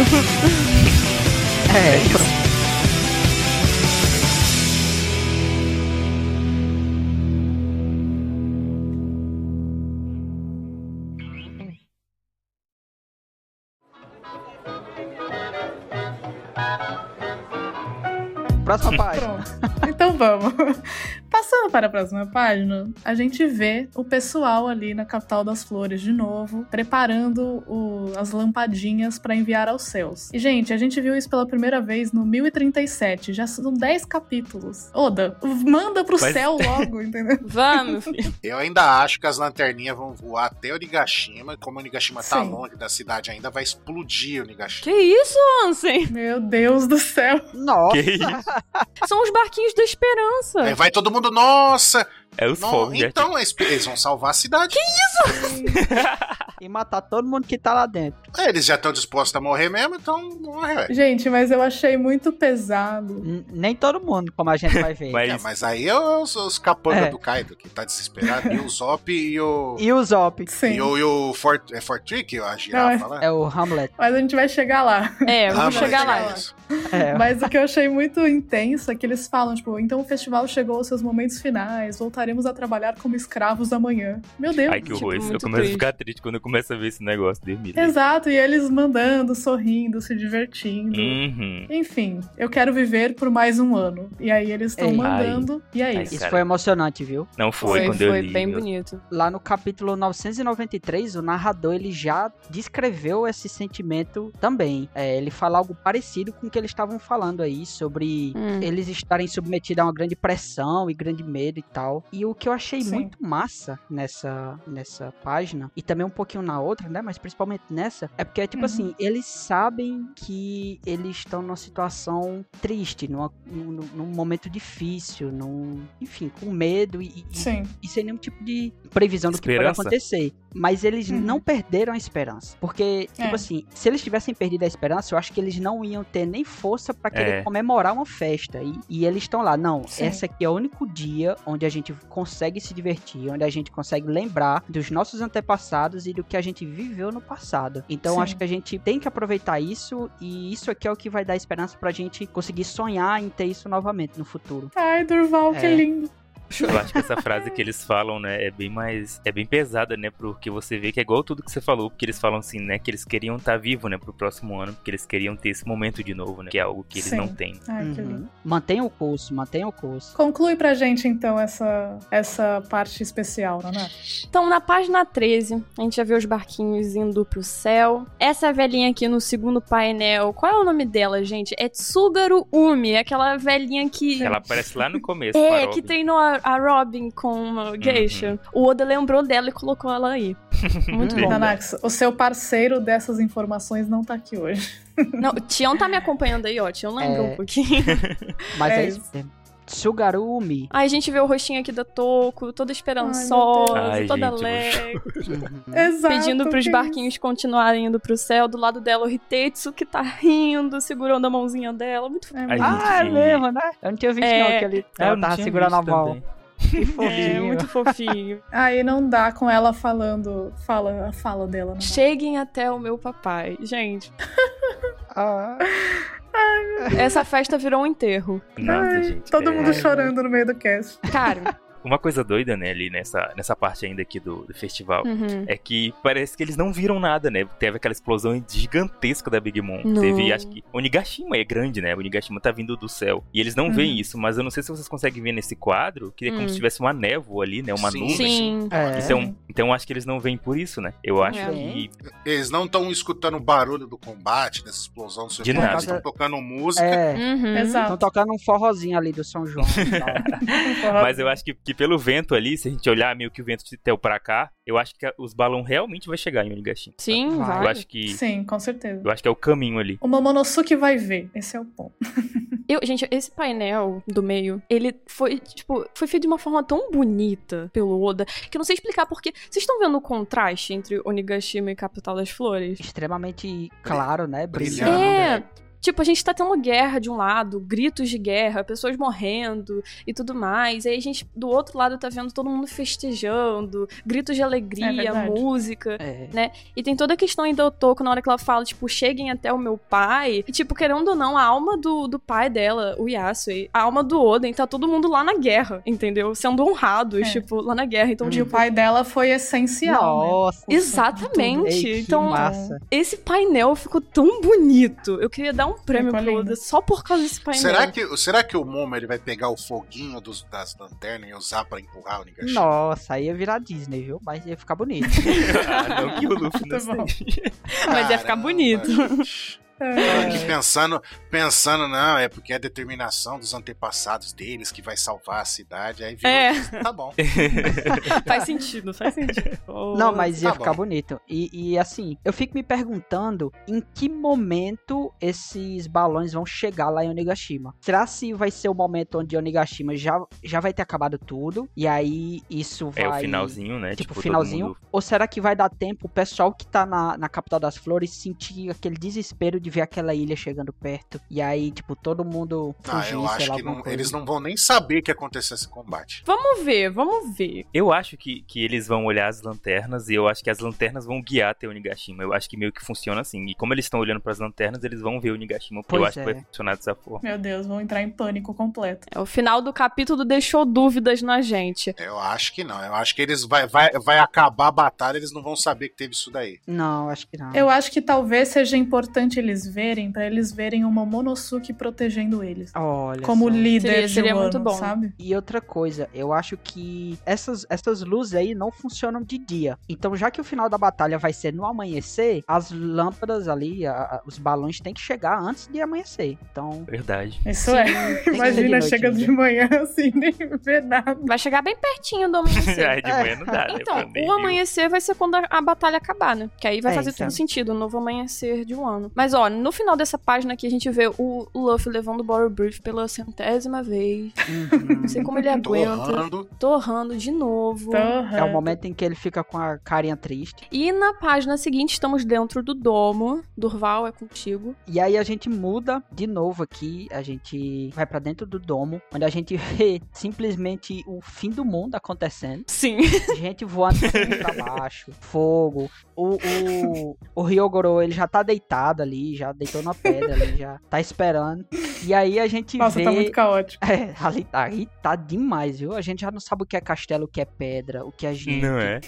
C: É,
E: isso.
C: Próxima página.
A: Pronto. Então vamos. Pra Passando para a próxima página, a gente vê o pessoal ali na capital das flores de novo, preparando o- as lampadinhas para enviar aos céus. E, gente, a gente viu isso pela primeira vez no 1037. Já são 10 capítulos. Oda, manda pro
E: Mas-
A: céu logo, entendeu?
B: Vamos, meu filho.
D: Eu ainda acho que as lanterninhas vão voar até o Nigashima. Como o Nigashima tá
A: Sim.
D: longe da cidade ainda, vai explodir o Nigashima.
B: Que isso, Ansem?
A: Meu Deus do céu.
C: Nossa,
E: Que isso?
B: São os barquinhos da esperança.
D: Aí vai todo mundo, nossa!
E: É os
D: no-
E: fogos, gente.
D: então eles- eles vão salvar a cidade.
C: e matar todo mundo que tá lá dentro.
D: É, Eles já estão dispostos a morrer mesmo, então morre, ué.
A: Gente, mas eu achei muito pesado.
C: N- Nem todo mundo, como a gente vai ver.
D: É,
E: Mas
D: mas aí é os, os capanga
C: É.
D: do Kaido, que tá desesperado. E o Zop e o.
C: E o Zop?
A: Sim.
D: E o, e o Fort, é Fortrick, a girafa lá.
C: É o Hamlet.
A: Mas a gente vai chegar lá.
B: É,
D: Ah,
B: vamos
D: mas
B: chegar
D: é
B: lá.
D: isso.
C: É.
A: Mas o que eu achei muito intenso é que eles falam, tipo, então o festival chegou aos seus momentos finais, voltaremos a trabalhar como escravos amanhã. Meu Deus.
E: Ai, que horror.
B: Tipo,
E: eu
B: muito
E: começo a
B: triste.
E: ficar triste quando eu começo a ver esse negócio dormir.
A: Exato, e eles mandando, sorrindo, se divertindo.
E: Uhum.
A: Enfim, eu quero viver por mais um ano. E aí eles estão
C: Ei.
A: mandando, e é
E: Ai,
A: isso.
C: Isso
E: cara.
C: foi emocionante, viu?
E: Não foi,
B: foi,
E: quando eu li.
B: bem
E: meu-
B: bonito.
C: Lá no capítulo 993, o narrador ele já descreveu esse sentimento também. É, ele fala algo parecido com o que eles estavam falando aí sobre
B: Hum.
C: eles estarem submetidos a uma grande pressão e grande medo e tal. E o que eu achei
A: Sim.
C: muito massa nessa, nessa página, e também um pouquinho na outra, né? Mas principalmente nessa, é porque, tipo
A: Uhum.
C: assim, eles sabem que eles estão numa situação triste, numa- num, num momento difícil, num, enfim, com medo e, e-
A: Sim.
C: e sem nenhum tipo de previsão do que
E: Esperança?
C: pode acontecer. Mas eles
A: Uhum.
C: não perderam a esperança. Porque, tipo
A: É.
C: assim, se eles tivessem perdido a esperança, eu acho que eles não iam ter nem força pra querer
E: É.
C: comemorar uma festa. E, e eles estão lá, não,
A: Sim.
C: esse aqui é o único dia onde a gente consegue se divertir, onde a gente consegue lembrar dos nossos antepassados e do que a gente viveu no passado. Então,
A: Sim.
C: acho que a gente tem que aproveitar isso e isso aqui é o que vai dar esperança pra gente conseguir sonhar em ter isso novamente no futuro.
A: Ai, Durval, que
C: É.
A: lindo.
E: Eu acho que essa frase que eles falam, né, é bem mais. É bem pesada, né? Porque você vê que é igual tudo que você falou, porque eles falam assim, né? Que eles queriam estar vivo, né, pro próximo ano, porque eles queriam ter esse momento de novo, né? Que é algo que eles
A: Sim.
E: não têm.
A: Ai, que lindo.
C: Uhum. Mantenha o curso, mantenha o curso.
A: Conclui pra gente, então, essa, essa parte especial, Naná.
B: Então, na página 13, a gente já vê os barquinhos indo pro céu. Essa velhinha aqui no segundo painel, qual é o nome dela, gente? É Tsugaru Umi, aquela velhinha que.
E: Ela aparece lá no começo.
B: É,
E: Farol.
B: que treinou a, a Robin com
E: Uhum.
B: uma geisha. O Oda lembrou dela e colocou ela aí. Muito bom.
A: Nanax, o seu parceiro dessas informações não tá aqui hoje.
B: Não, o Tião tá me acompanhando aí, ó. Tião lembra
C: É.
B: um pouquinho.
C: Mas
A: É
C: é, isso mesmo. Sugarumi.
B: Aí a gente vê o rostinho aqui da Toco, toda esperançosa,
E: Ai, meu Deus.
B: toda
E: Ai, gente,
B: alegre. Uhum.
A: Exato.
B: pedindo pros
A: que-
B: barquinhos continuarem indo pro céu. Do lado dela, o Hitetsu, que tá rindo, segurando a mãozinha dela. Muito
A: É,
E: Ai,
A: muito-
C: Ah, é
E: gente.
C: mesmo, né? Eu não tinha visto não
B: É.
C: que ele
E: É, eu
C: ela
E: não
C: tava
E: tinha
C: segurando a
E: visto
C: mão.
E: também.
C: Que
B: É,
C: fofinho.
B: muito fofinho.
A: Aí não dá com ela falando, fala, a fala dela. Não.
B: Cheguem até o meu papai. Gente,
C: Ah,
B: essa festa virou um enterro.
E: Nossa,
A: Ai,
E: gente.
A: Todo
E: é.
A: mundo chorando no meio do cast.
B: Cara,
E: Uma coisa doida, né, ali nessa, nessa parte ainda aqui do, do festival.
B: uhum.
E: É que parece que eles não viram nada, né? Teve aquela explosão gigantesca da Big Mom.
B: Não.
E: Teve, acho que. Onigashima é grande, né? Onigashima tá vindo do céu. E eles não
A: Uhum.
E: veem isso, mas eu não sei se vocês conseguem ver nesse quadro, que é como
B: Hum.
E: se tivesse uma névoa ali, né? Uma
D: Sim.
E: nuvem.
B: sim.
C: é.
E: Então, então acho que eles não veem por isso, né? Eu acho
B: É.
E: que.
D: Eles não estão escutando o barulho do combate, dessa explosão, não sei o
E: De
D: que,
E: nada.
D: eles estão tocando música.
C: É.
B: Uhum.
A: Exato.
C: Estão
E: Então tá
C: tocando um forrozinho ali do São João. e tal.
A: É.
E: Mas eu acho que, que pelo vento ali, se a gente olhar meio que o vento de Teu pra cá, eu acho que a- os balão realmente vai chegar em Onigashima. tá? sabe?
B: Sim,
C: Vai.
B: vai.
E: Eu acho que.
A: Sim, com certeza.
E: Eu acho que é o caminho ali.
A: O Momonosuke vai ver. Esse é o ponto.
B: Eu, gente, esse painel do meio, ele foi, tipo, foi feito de uma forma tão bonita pelo Oda, que eu não sei explicar porque. Vocês estão vendo o contraste entre Onigashima e Capital das Flores?
C: Extremamente claro, né?
D: Brilhando.
C: Brilhante.
B: É.
D: né?
B: Tipo, a gente tá tendo guerra de um lado, gritos de guerra, pessoas morrendo e tudo mais. Aí a gente, do outro lado, tá vendo todo mundo festejando, gritos de
A: É
B: alegria,
A: verdade.
B: música.
C: É.
B: E tem toda a questão ainda do Toco na hora que ela fala, tipo, cheguem até o meu pai. E, tipo, querendo ou não, a alma do, do pai dela, o Yasui, a alma do Oden, tá todo mundo lá na guerra, entendeu? Sendo honrados,
A: É.
B: tipo, lá na guerra. Então,
C: Hum.
A: E o
B: tipo.
A: pai dela foi essencial. né?
C: Nossa.
B: né? Exatamente.
C: Ei, que
B: então,
C: massa.
B: esse painel ficou tão bonito. Eu queria dar um um prêmio
A: Ficou
B: pro
A: lindo.
B: Oda só por causa desse painel.
D: Será que, será que o Momo ele vai pegar o foguinho dos- das lanternas e usar pra empurrar o
B: é.
D: Nigashima?
C: Nossa, aí ia virar Disney, viu? Mas ia ficar bonito.
E: Ah, não que o Luffy não
A: Tá bom.
E: seja.
B: Mas ia ficar
D: Caramba,
B: bonito.
D: gente. Tô aqui
A: É.
D: pensando, pensando, não, é porque é a determinação dos antepassados deles que vai salvar a cidade. Aí virou,
B: É.
D: tá bom.
B: Faz sentido, faz sentido. Oh,
C: Não, mas ia
D: tá
C: ficar
D: bom.
C: bonito. E, e, assim, eu fico me perguntando em que momento esses balões vão chegar lá em Onigashima. Será se vai ser o momento onde Onigashima já, já vai ter acabado tudo? E aí isso vai.
E: É o finalzinho, né?
C: Tipo,
E: todo
C: finalzinho.
E: mundo-
C: Ou será que vai dar tempo o pessoal que tá na, na capital das flores sentir aquele desespero de ver aquela ilha chegando perto? E aí, tipo, todo mundo
D: Ah,
C: fugir,
D: eu
C: sei
D: acho
C: lá,
D: que
C: alguma
D: não-
C: coisa.
D: eles não vão nem saber que aconteceu esse combate.
B: Vamos ver, vamos ver.
E: Eu acho que, que eles vão olhar as lanternas e eu acho que as lanternas vão guiar até o Nigashima. Eu acho que meio que funciona assim. E como eles estão olhando pras lanternas, eles vão ver o Nigashima.
C: Pois
E: eu acho que
C: é.
E: vai funcionar dessa forma.
A: Meu Deus, vão entrar em pânico completo.
B: É, O final do capítulo deixou dúvidas na gente.
D: Eu acho que não. Eu acho que eles vai, vai, vai acabar a batalha, eles não vão saber que teve isso daí.
C: Não, acho que não.
A: Eu acho que talvez seja importante eles verem, pra eles verem uma Momonosuke protegendo eles.
C: Olha
A: como
C: só.
A: líder
B: Seria-
A: de
B: seria
A: Wano,
B: muito bom.
A: sabe?
C: E outra coisa, eu acho que essas, essas luzes aí não funcionam de dia. Então, já que o final da batalha vai ser no amanhecer, as lâmpadas ali, a- a- os balões têm que chegar antes de amanhecer. Então,
E: Verdade.
A: Isso
B: Sim.
A: é.
C: ser de
A: Imagina,
C: noite
A: chega
C: ainda.
A: de
B: né?
A: manhã assim, nem vê nada.
B: Vai chegar bem pertinho do amanhecer.
E: Aí de manhã não dá, né? pra
B: Então,
E: mim,
B: o amanhecer vai ser quando a, a batalha acabar, né? Que aí vai
C: É,
B: fazer
C: então.
B: todo sentido, o novo amanhecer de um ano. Mas, ó, no final dessa página aqui a gente vê o Luffy levando o Borrow Brief pela centésima vez.
C: Uhum.
B: Não sei como ele aguenta.
D: Torrando.
B: Torrando Tá. de novo.
A: Torra.
C: é o momento em que ele fica com a carinha triste.
B: E na página seguinte estamos dentro do domo. Durval é contigo.
C: E aí a gente muda de novo aqui, a gente vai pra dentro do domo, onde a gente vê simplesmente o fim do mundo acontecendo.
B: Sim.
C: Gente voando pra cima e pra baixo, fogo. O, o, o Ryogoro, ele já tá deitado ali, já deitou na pedra ali, já tá esperando. E aí a gente
A: Nossa,
C: vê...
A: tá muito caótico.
C: É, ali tá, aí tá demais, viu? A gente já não sabe o que é castelo, o que é pedra, o que é gente.
E: Não é?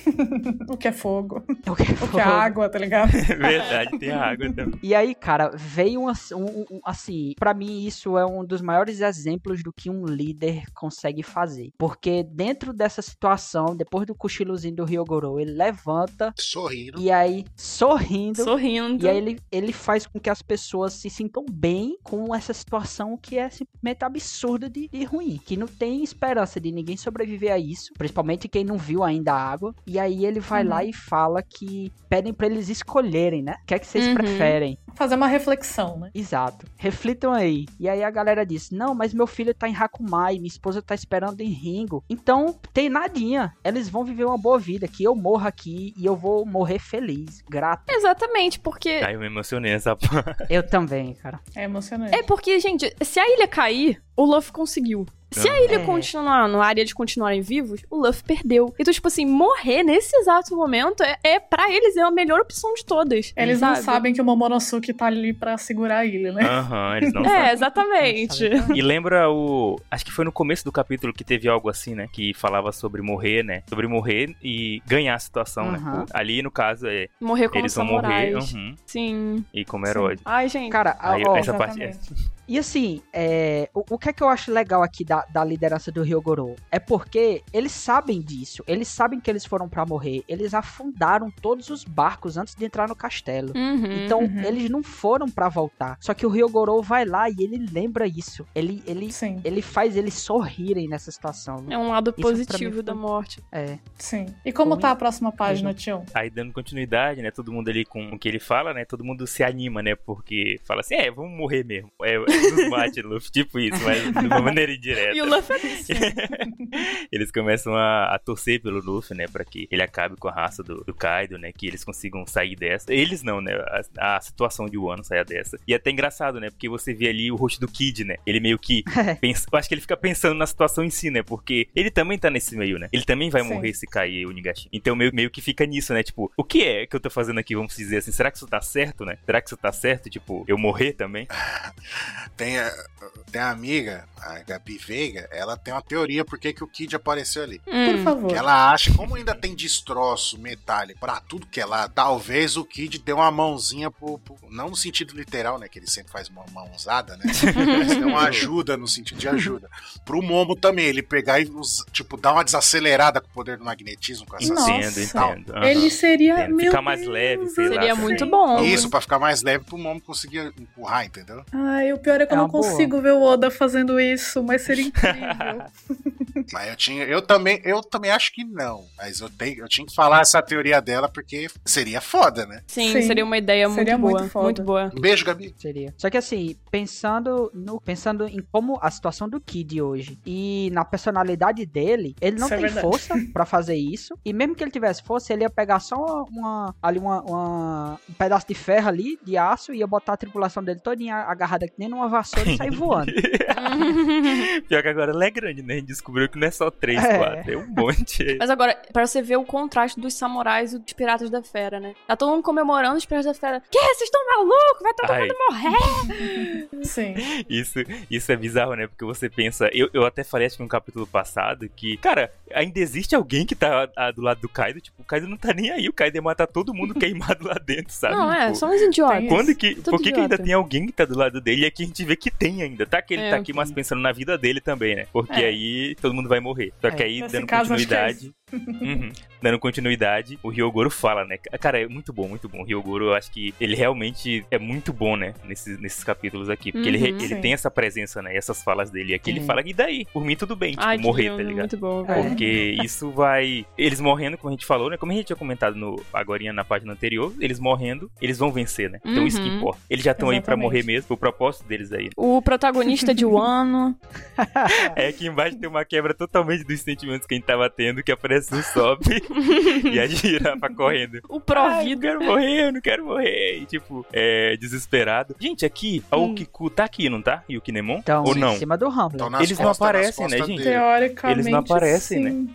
A: O que é fogo,
C: O que é
A: o que é água, tá ligado?
E: Verdade, tem a água também.
C: E aí, cara, veio um, ass- um- um- um- assim, pra mim isso é um dos maiores exemplos do que um líder consegue fazer. Porque dentro dessa situação, depois do cochilozinho do Ryogoro, ele levanta
D: Sorrindo.
C: e aí sorrindo.
B: Sorrindo.
C: E aí ele, ele faz com que as pessoas se sintam bem com essa situação que é simplesmente absurda de, de ruim. Que não tem esperança de ninguém sobreviver a isso. Principalmente quem não viu ainda a água. E aí ele vai
A: Uhum.
C: lá e fala que pedem pra eles escolherem, né? O que é que vocês
B: Uhum.
C: preferem?
A: Fazer uma reflexão, né?
C: Exato. Reflitam aí. E aí a galera disse: Não, mas meu filho tá em Hakumai, minha esposa tá esperando em Ringo. Então, tem nadinha. Eles vão viver uma boa vida. Que eu morra aqui e eu vou morrer feliz. Grato.
B: Exatamente, porque.
E: Aí eu me emocionei nessa parte.
C: Eu também, cara.
A: É emocionante.
B: É porque, gente, se a ilha cair, o Luffy conseguiu. Se a ilha
C: É.
B: continuar no área de continuarem vivos, o Luffy perdeu. Então, tipo assim, morrer nesse exato momento é, é para eles é a melhor opção de todas.
A: Eles não
B: sabe?
A: sabem que o Momonosuke tá ali pra segurar a ilha, né?
E: Aham, eles não sabem.
B: É, exatamente.
C: Não
E: E lembra o. Acho que foi no começo do capítulo que teve algo assim, né? Que falava sobre morrer, né? Sobre morrer e ganhar a situação,
C: Aham.
E: né? Ali, no caso, é.
B: Morrer como
E: eles vão morrer.
B: samurais.
E: uhum,
B: Sim.
E: e como herói.
B: Ai, gente.
C: Cara, a-
E: Aí,
C: ó,
E: essa parte é.
A: exatamente.
C: e assim, é, o, o que é que eu acho legal aqui da, da liderança do Ryogoro? É porque eles sabem disso, eles sabem que eles foram pra morrer, eles afundaram todos os barcos antes de entrar no castelo.
B: Uhum.
C: Então,
A: Uhum.
C: eles não foram pra voltar. Só que o Ryogoro vai lá e ele lembra isso. Ele, ele,
A: Sim,
C: ele faz eles sorrirem nessa situação. né?
B: É um lado
C: Isso pra
B: positivo
C: mim foi-
B: da morte.
C: É.
A: sim. E como
C: Oi.
A: tá a próxima página, Tio?
E: Aí dando continuidade, né? Todo mundo ali com o que ele fala, né? Todo mundo se anima, né? Porque fala assim, é, vamos morrer mesmo. É, nos mate, Luffy, tipo isso, mas de uma maneira indireta.
B: E o Luffy. é
E: Eles começam a, a torcer pelo Luffy, né? Pra que ele acabe com a raça do, do Kaido, né? Que eles consigam sair dessa. Eles não, né? A, a situação de Wano saia dessa. E é até engraçado, né? Porque você vê ali o rosto do Kid, né? Ele meio que.
A: É.
E: pensa- eu acho que ele fica pensando na situação em si, né? Porque ele também tá nesse meio, né? Ele também vai
A: Sim.
E: morrer se cair o Nigashima. Então meio, meio que fica nisso, né? Tipo, o que é que eu tô fazendo aqui? Vamos dizer assim, será que isso tá certo, né? Será que isso tá certo? Tipo, eu morrer também?
D: Tem, a- tem a amiga, a Gabi Veiga, ela tem uma teoria por que que o Kid apareceu ali.
A: Por
B: Hum.
A: favor.
D: Que ela acha, como ainda tem destroço, metalho pra tudo que é lá, talvez o Kid deu uma mãozinha pro, pro- Não no sentido literal, né? Que ele sempre faz uma mãozada, né? Mas deu uma ajuda no sentido de ajuda. Pro Momo também, ele pegar e, us- tipo, dar uma desacelerada com o poder do magnetismo, com essas
A: Nossa.
E: Entendo, entendo. Aham.
A: Ele seria.
E: Entendo.
A: Meu
E: Ficar mais
A: Deus,
E: leve, sei lá,
B: Seria
E: sei
B: muito
E: lá.
B: bom.
D: Isso, pra ficar mais leve pro Momo conseguir empurrar, entendeu?
A: Ai, o pior é que
C: É
A: eu não
C: uma boa.
A: consigo ver o Oda fazendo isso, mas seria incrível.
D: Mas eu tinha. Eu também, eu também acho que não. Mas eu, tenho, eu tinha que falar essa teoria dela, porque seria foda, né?
B: Sim,
A: Sim.
B: seria uma ideia
A: Seria
B: muito
A: muito
B: boa. Muito,
A: foda.
B: boa.
D: Um beijo, Gabi.
C: Seria. Só que assim, pensando no pensando em como a situação do Kid hoje e na personalidade dele, ele não
A: Isso é
C: tem
A: verdade.
C: força pra fazer isso. E mesmo que ele tivesse força, ele ia pegar só uma ali uma, uma- um pedaço de ferro ali, de aço, e ia botar a tripulação dele todinha agarrada que nem numa vassoura e sair voando.
E: Pior que agora ela é grande, né? A gente descobriu que não é só três,
C: É.
E: quatro. É um monte.
B: Mas agora, pra você ver o contraste dos samurais e dos piratas da fera, né? Tá todo mundo comemorando os piratas da fera. Que? Vocês estão malucos? Vai todo
E: Ai.
B: mundo morrer!
A: Sim.
E: Isso, isso é bizarro, né? Porque você pensa. Eu, eu até falei, acho que no capítulo passado, que. Cara, ainda existe alguém que tá ah, do lado do Kaido. Tipo, o Kaido não tá nem aí. O Kaido ia matar todo mundo queimado lá dentro, sabe?
B: Não, é,
E: Tipo,
B: são uns idiotas.
A: Tem
E: Quando que,
B: Tudo
E: por que, que ainda
B: idiota.
E: tem alguém que tá do lado dele? E aqui a gente vê que tem ainda, tá? Que ele
B: É,
E: tá aqui, mas pensando na vida dele também, né? Porque
B: É.
E: aí todo mundo vai morrer. Só que
C: É.
E: aí,
A: Nesse
E: dando
A: caso, acho que é
E: continuidade. Uhum. Dando continuidade, o Ryogoro fala, né? Cara, é muito bom, muito bom. O Ryogoro, eu acho que ele realmente é muito bom, né? Nesses, nesses capítulos aqui. Porque ele,
B: Uhum.
E: re- ele
A: Sim.
E: tem essa presença, né? E essas falas dele. E aqui ele
C: Sim.
E: fala, e daí? Por mim, tudo bem. Tipo,
B: Ai, que
E: morrer,
B: lindo,
E: tá ligado?
B: Muito bom,
C: É.
B: velho.
E: Porque isso vai. Eles morrendo, como a gente falou, né? Como a gente tinha comentado no, agora na página anterior, eles morrendo, eles vão vencer, né? Então isso que
B: Uhum.
E: importa. Eles já estão aí pra
A: Exatamente.
E: morrer mesmo, o propósito deles aí. né?
B: O protagonista de Wano.
E: É que embaixo tem uma quebra totalmente dos sentimentos que a gente tava tendo, que aparece um sobe e a girafa correndo.
B: O
E: Ai, eu não
B: Provido.
E: quero morrer, eu não quero morrer. E, tipo, é desesperado. Gente, aqui, a
B: Hum.
E: Okiku tá aqui, não tá? E o Kinemon?
C: Então,
E: Ou
C: em
E: não?
C: cima do
D: Então,
C: Rambo.
D: nas
E: Eles não
D: costas- nas
E: aparecem, né,
D: costas
E: gente?
D: dele.
A: Teoricamente.
E: Eles não aparecem,
A: sim.
E: né?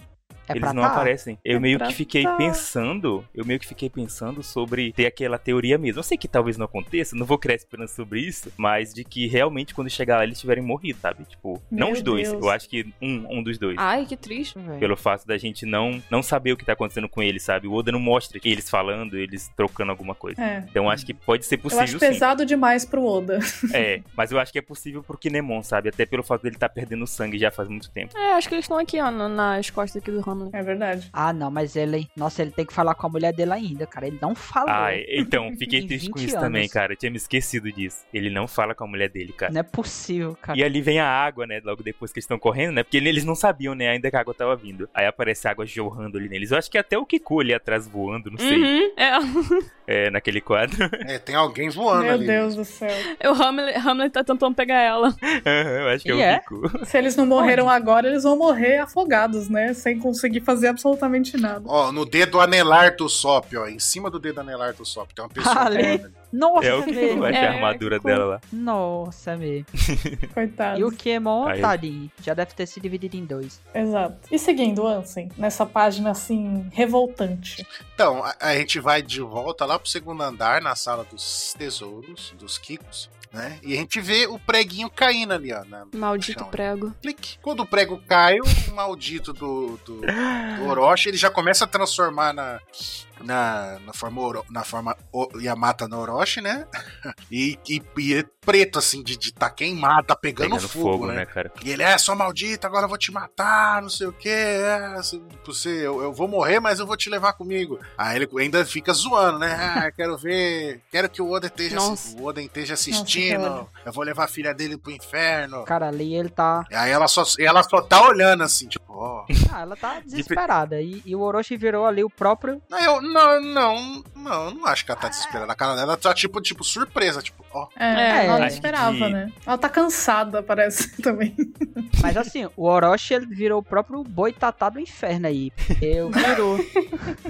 C: É
E: Eles
C: pra
E: não
C: tá?
E: aparecem. Eu
A: É
E: meio
A: pra
E: que fiquei
A: tá.
E: pensando, eu meio que fiquei pensando sobre ter aquela teoria mesmo. Eu sei que talvez não aconteça, não vou criar esperança sobre isso, mas de que realmente quando chegar lá eles tiverem morrido, sabe? Tipo, não
A: Meu
E: os dois,
A: Deus. Ah.
E: eu acho que um, um dos dois.
B: Ai, que triste.
C: Deixa eu ver.
E: Pelo fato da gente não, não saber o que tá acontecendo com eles, sabe? O Oda não mostra eles falando, eles trocando alguma coisa.
A: É.
E: Então acho que pode ser
A: Eu acho
E: possível sim.
A: pesado demais pro Oda.
E: É, mas eu acho que é possível pro Kinemon, sabe? Até pelo fato dele tá perdendo sangue já faz muito tempo.
B: É, acho que eles estão aqui, ó, na- nas costas aqui do Hamlet.
A: É verdade.
C: Ah, não, mas ele. Nossa, ele tem que falar com a mulher dele ainda, cara. Ele não falou.
E: Ah, então, fiquei
C: Em
E: triste com
C: 20
E: isso também,
C: anos.
E: cara. Eu tinha me esquecido disso. Ele não fala com a mulher dele, cara.
C: Não é possível, cara.
E: E ali vem a água, né? Logo depois que eles estão correndo, né? Porque eles não sabiam, né? Ainda que a água tava vindo. Aí aparece a água jorrando ali neles. Eu acho que é até o Kiku ali atrás voando, não sei.
B: Uhum, é.
E: É, naquele quadro.
D: É, tem alguém voando
A: Meu
D: ali.
A: Deus do céu.
B: O Hamlet, Hamlet tá tentando pegar ela.
E: Eu acho que é
C: E é?
E: o Kiku.
A: Se eles não morreram agora, eles vão morrer afogados, né? Sem conseguir fazer absolutamente nada.
D: Ó, no dedo anelar do Sop, ó. Em cima do dedo anelar do Sop. Tem uma pessoa
C: Ah, ali.
D: voando ali.
C: Nossa,
E: É o Kiku,
C: mesmo.
E: acho que
B: É,
E: a armadura
B: Kiku.
E: dela lá.
C: Nossa, mesmo.
A: Coitados.
C: E o Kemon,
E: Aí.
C: tadinho, já deve ter se dividido em dois.
A: Exato. E seguindo, Ansem, nessa página assim, revoltante.
D: Então, a, a gente vai de volta lá pro segundo andar, na sala dos tesouros, dos Kikos, né? E a gente vê o preguinho caindo ali, ó. Na...
B: Maldito
D: Chão.
B: prego.
D: Clique. Quando o prego cai, o maldito do, do, do Orochi, ele já começa a transformar na, na, na forma, Oro- na forma O- Yamata no Orochi, né? E, e, e é preto, assim, de, de tá queimado, tá pegando,
E: Pegando
D: fogo, né?
E: cara?
D: E ele é só maldito, agora eu vou te matar, não sei o que. É, se- você, eu, eu vou morrer, mas eu vou te levar comigo. Aí ele ainda fica zoando, né? Ah, quero ver, quero que o Oden esteja, assi-
B: Nossa.
D: o Oden esteja
A: que
D: assistindo.
A: ódio.
D: eu vou levar a filha dele pro inferno.
C: Cara, ali ele tá.
D: E aí ela só, e ela só tá olhando assim, tipo, ó.
C: Ah, ela tá desesperada. E, e o Orochi virou ali o próprio.
D: Não, eu não, não, não, eu não acho que ela tá desesperada. A cara dela tá tipo, tipo, surpresa, tipo, ó.
A: É,
C: É,
A: ela não
C: acho
E: que
A: esperava,
E: de-
A: né? Ela tá cansada, parece, também.
C: Mas assim, o Orochi ele virou o próprio boitatá do inferno aí. Eu.
B: Virou.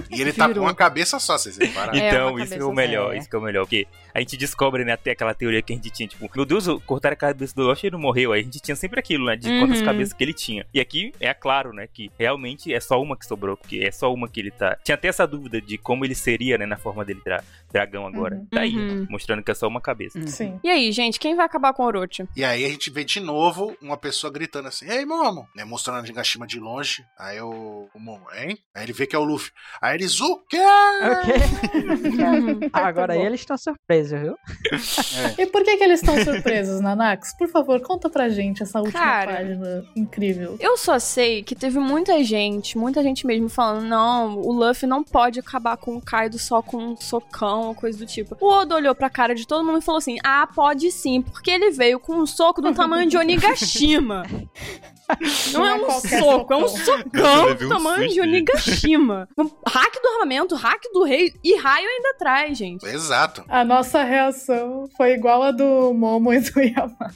D: E ele tá
B: Virou.
D: com uma cabeça só, vocês repararam.
B: É,
E: Então,
B: uma
E: isso é
B: cabeça
E: o melhor,
C: só, é.
E: isso que é o melhor. Porque a gente descobre, né, até aquela teoria que a gente tinha, tipo, meu Deus, cortaram a cabeça do Orochi e ele não morreu. Aí a gente tinha sempre aquilo, né, de quantas
B: Uhum.
E: cabeças que ele tinha. E aqui é claro, né, que realmente é só uma que sobrou, porque é só uma que ele tá. Tinha até essa dúvida de como ele seria, né, na forma dele dra- dragão agora.
A: Uhum.
E: Tá aí,
B: Uhum.
E: mostrando que é só uma cabeça.
A: Sim.
B: E aí, gente, quem vai acabar com o Orochi?
D: E aí a gente vê de novo uma pessoa gritando assim, Ei, Momo! Né, mostrando a Nagashima de longe. Aí o, o Momo, hein? Aí ele vê que é o Luffy. Aí eles, o quê?
A: É.
B: Uhum.
C: Agora eles estão surpresos, viu?
A: E por que, que eles estão surpresos, Nanax? Por favor, conta pra gente essa última
B: Cara.
A: página incrível.
B: Eu só sei que teve muita gente, muita gente mesmo falando, não, o Luffy não pode acabar com o Kaido só com um socão ou coisa do tipo. O Oda olhou pra cara de todo mundo e falou assim, ah, pode sim, porque ele veio com um soco do tamanho de Onigashima. Não, é, um
A: qualquer
B: soco, é um
F: Eu
B: socão
F: levei
B: do
F: um
B: tamanho
F: susto,
B: de
F: gente.
B: Onigashima. Um hack do armamento, hack do rei e raio ainda atrás, gente.
D: Exato.
A: A nossa reação foi igual a do Momo e do Yamaha.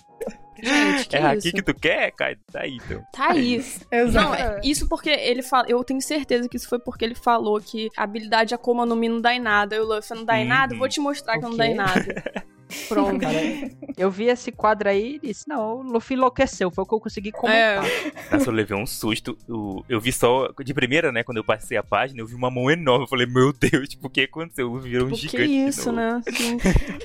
B: Gente, que
E: É aqui
B: isso?
E: que tu quer, Kaido? Tá aí, então.
B: Tá aí.
A: Exato.
B: Não, é- isso porque ele fala. Eu tenho certeza que isso foi porque ele falou que a habilidade Akuma no Mi não dá em nada. Aí o Luffy não dá em
E: Uhum.
B: nada, vou te mostrar que
C: O
B: não dá em
C: quê?
B: nada. Pronto.
C: Cara, eu vi esse quadro aí e disse, não, o Luffy enlouqueceu, foi o que eu
B: É.
C: consegui comentar.
E: Nossa, eu levei um susto. O- Eu vi só, de primeira, né, quando eu passei a página, eu vi uma mão enorme. Eu falei, meu Deus, tipo, o que aconteceu? Virou um
B: Tipo, que
E: gigante. de
B: isso,
E: novo.
B: né? Sim.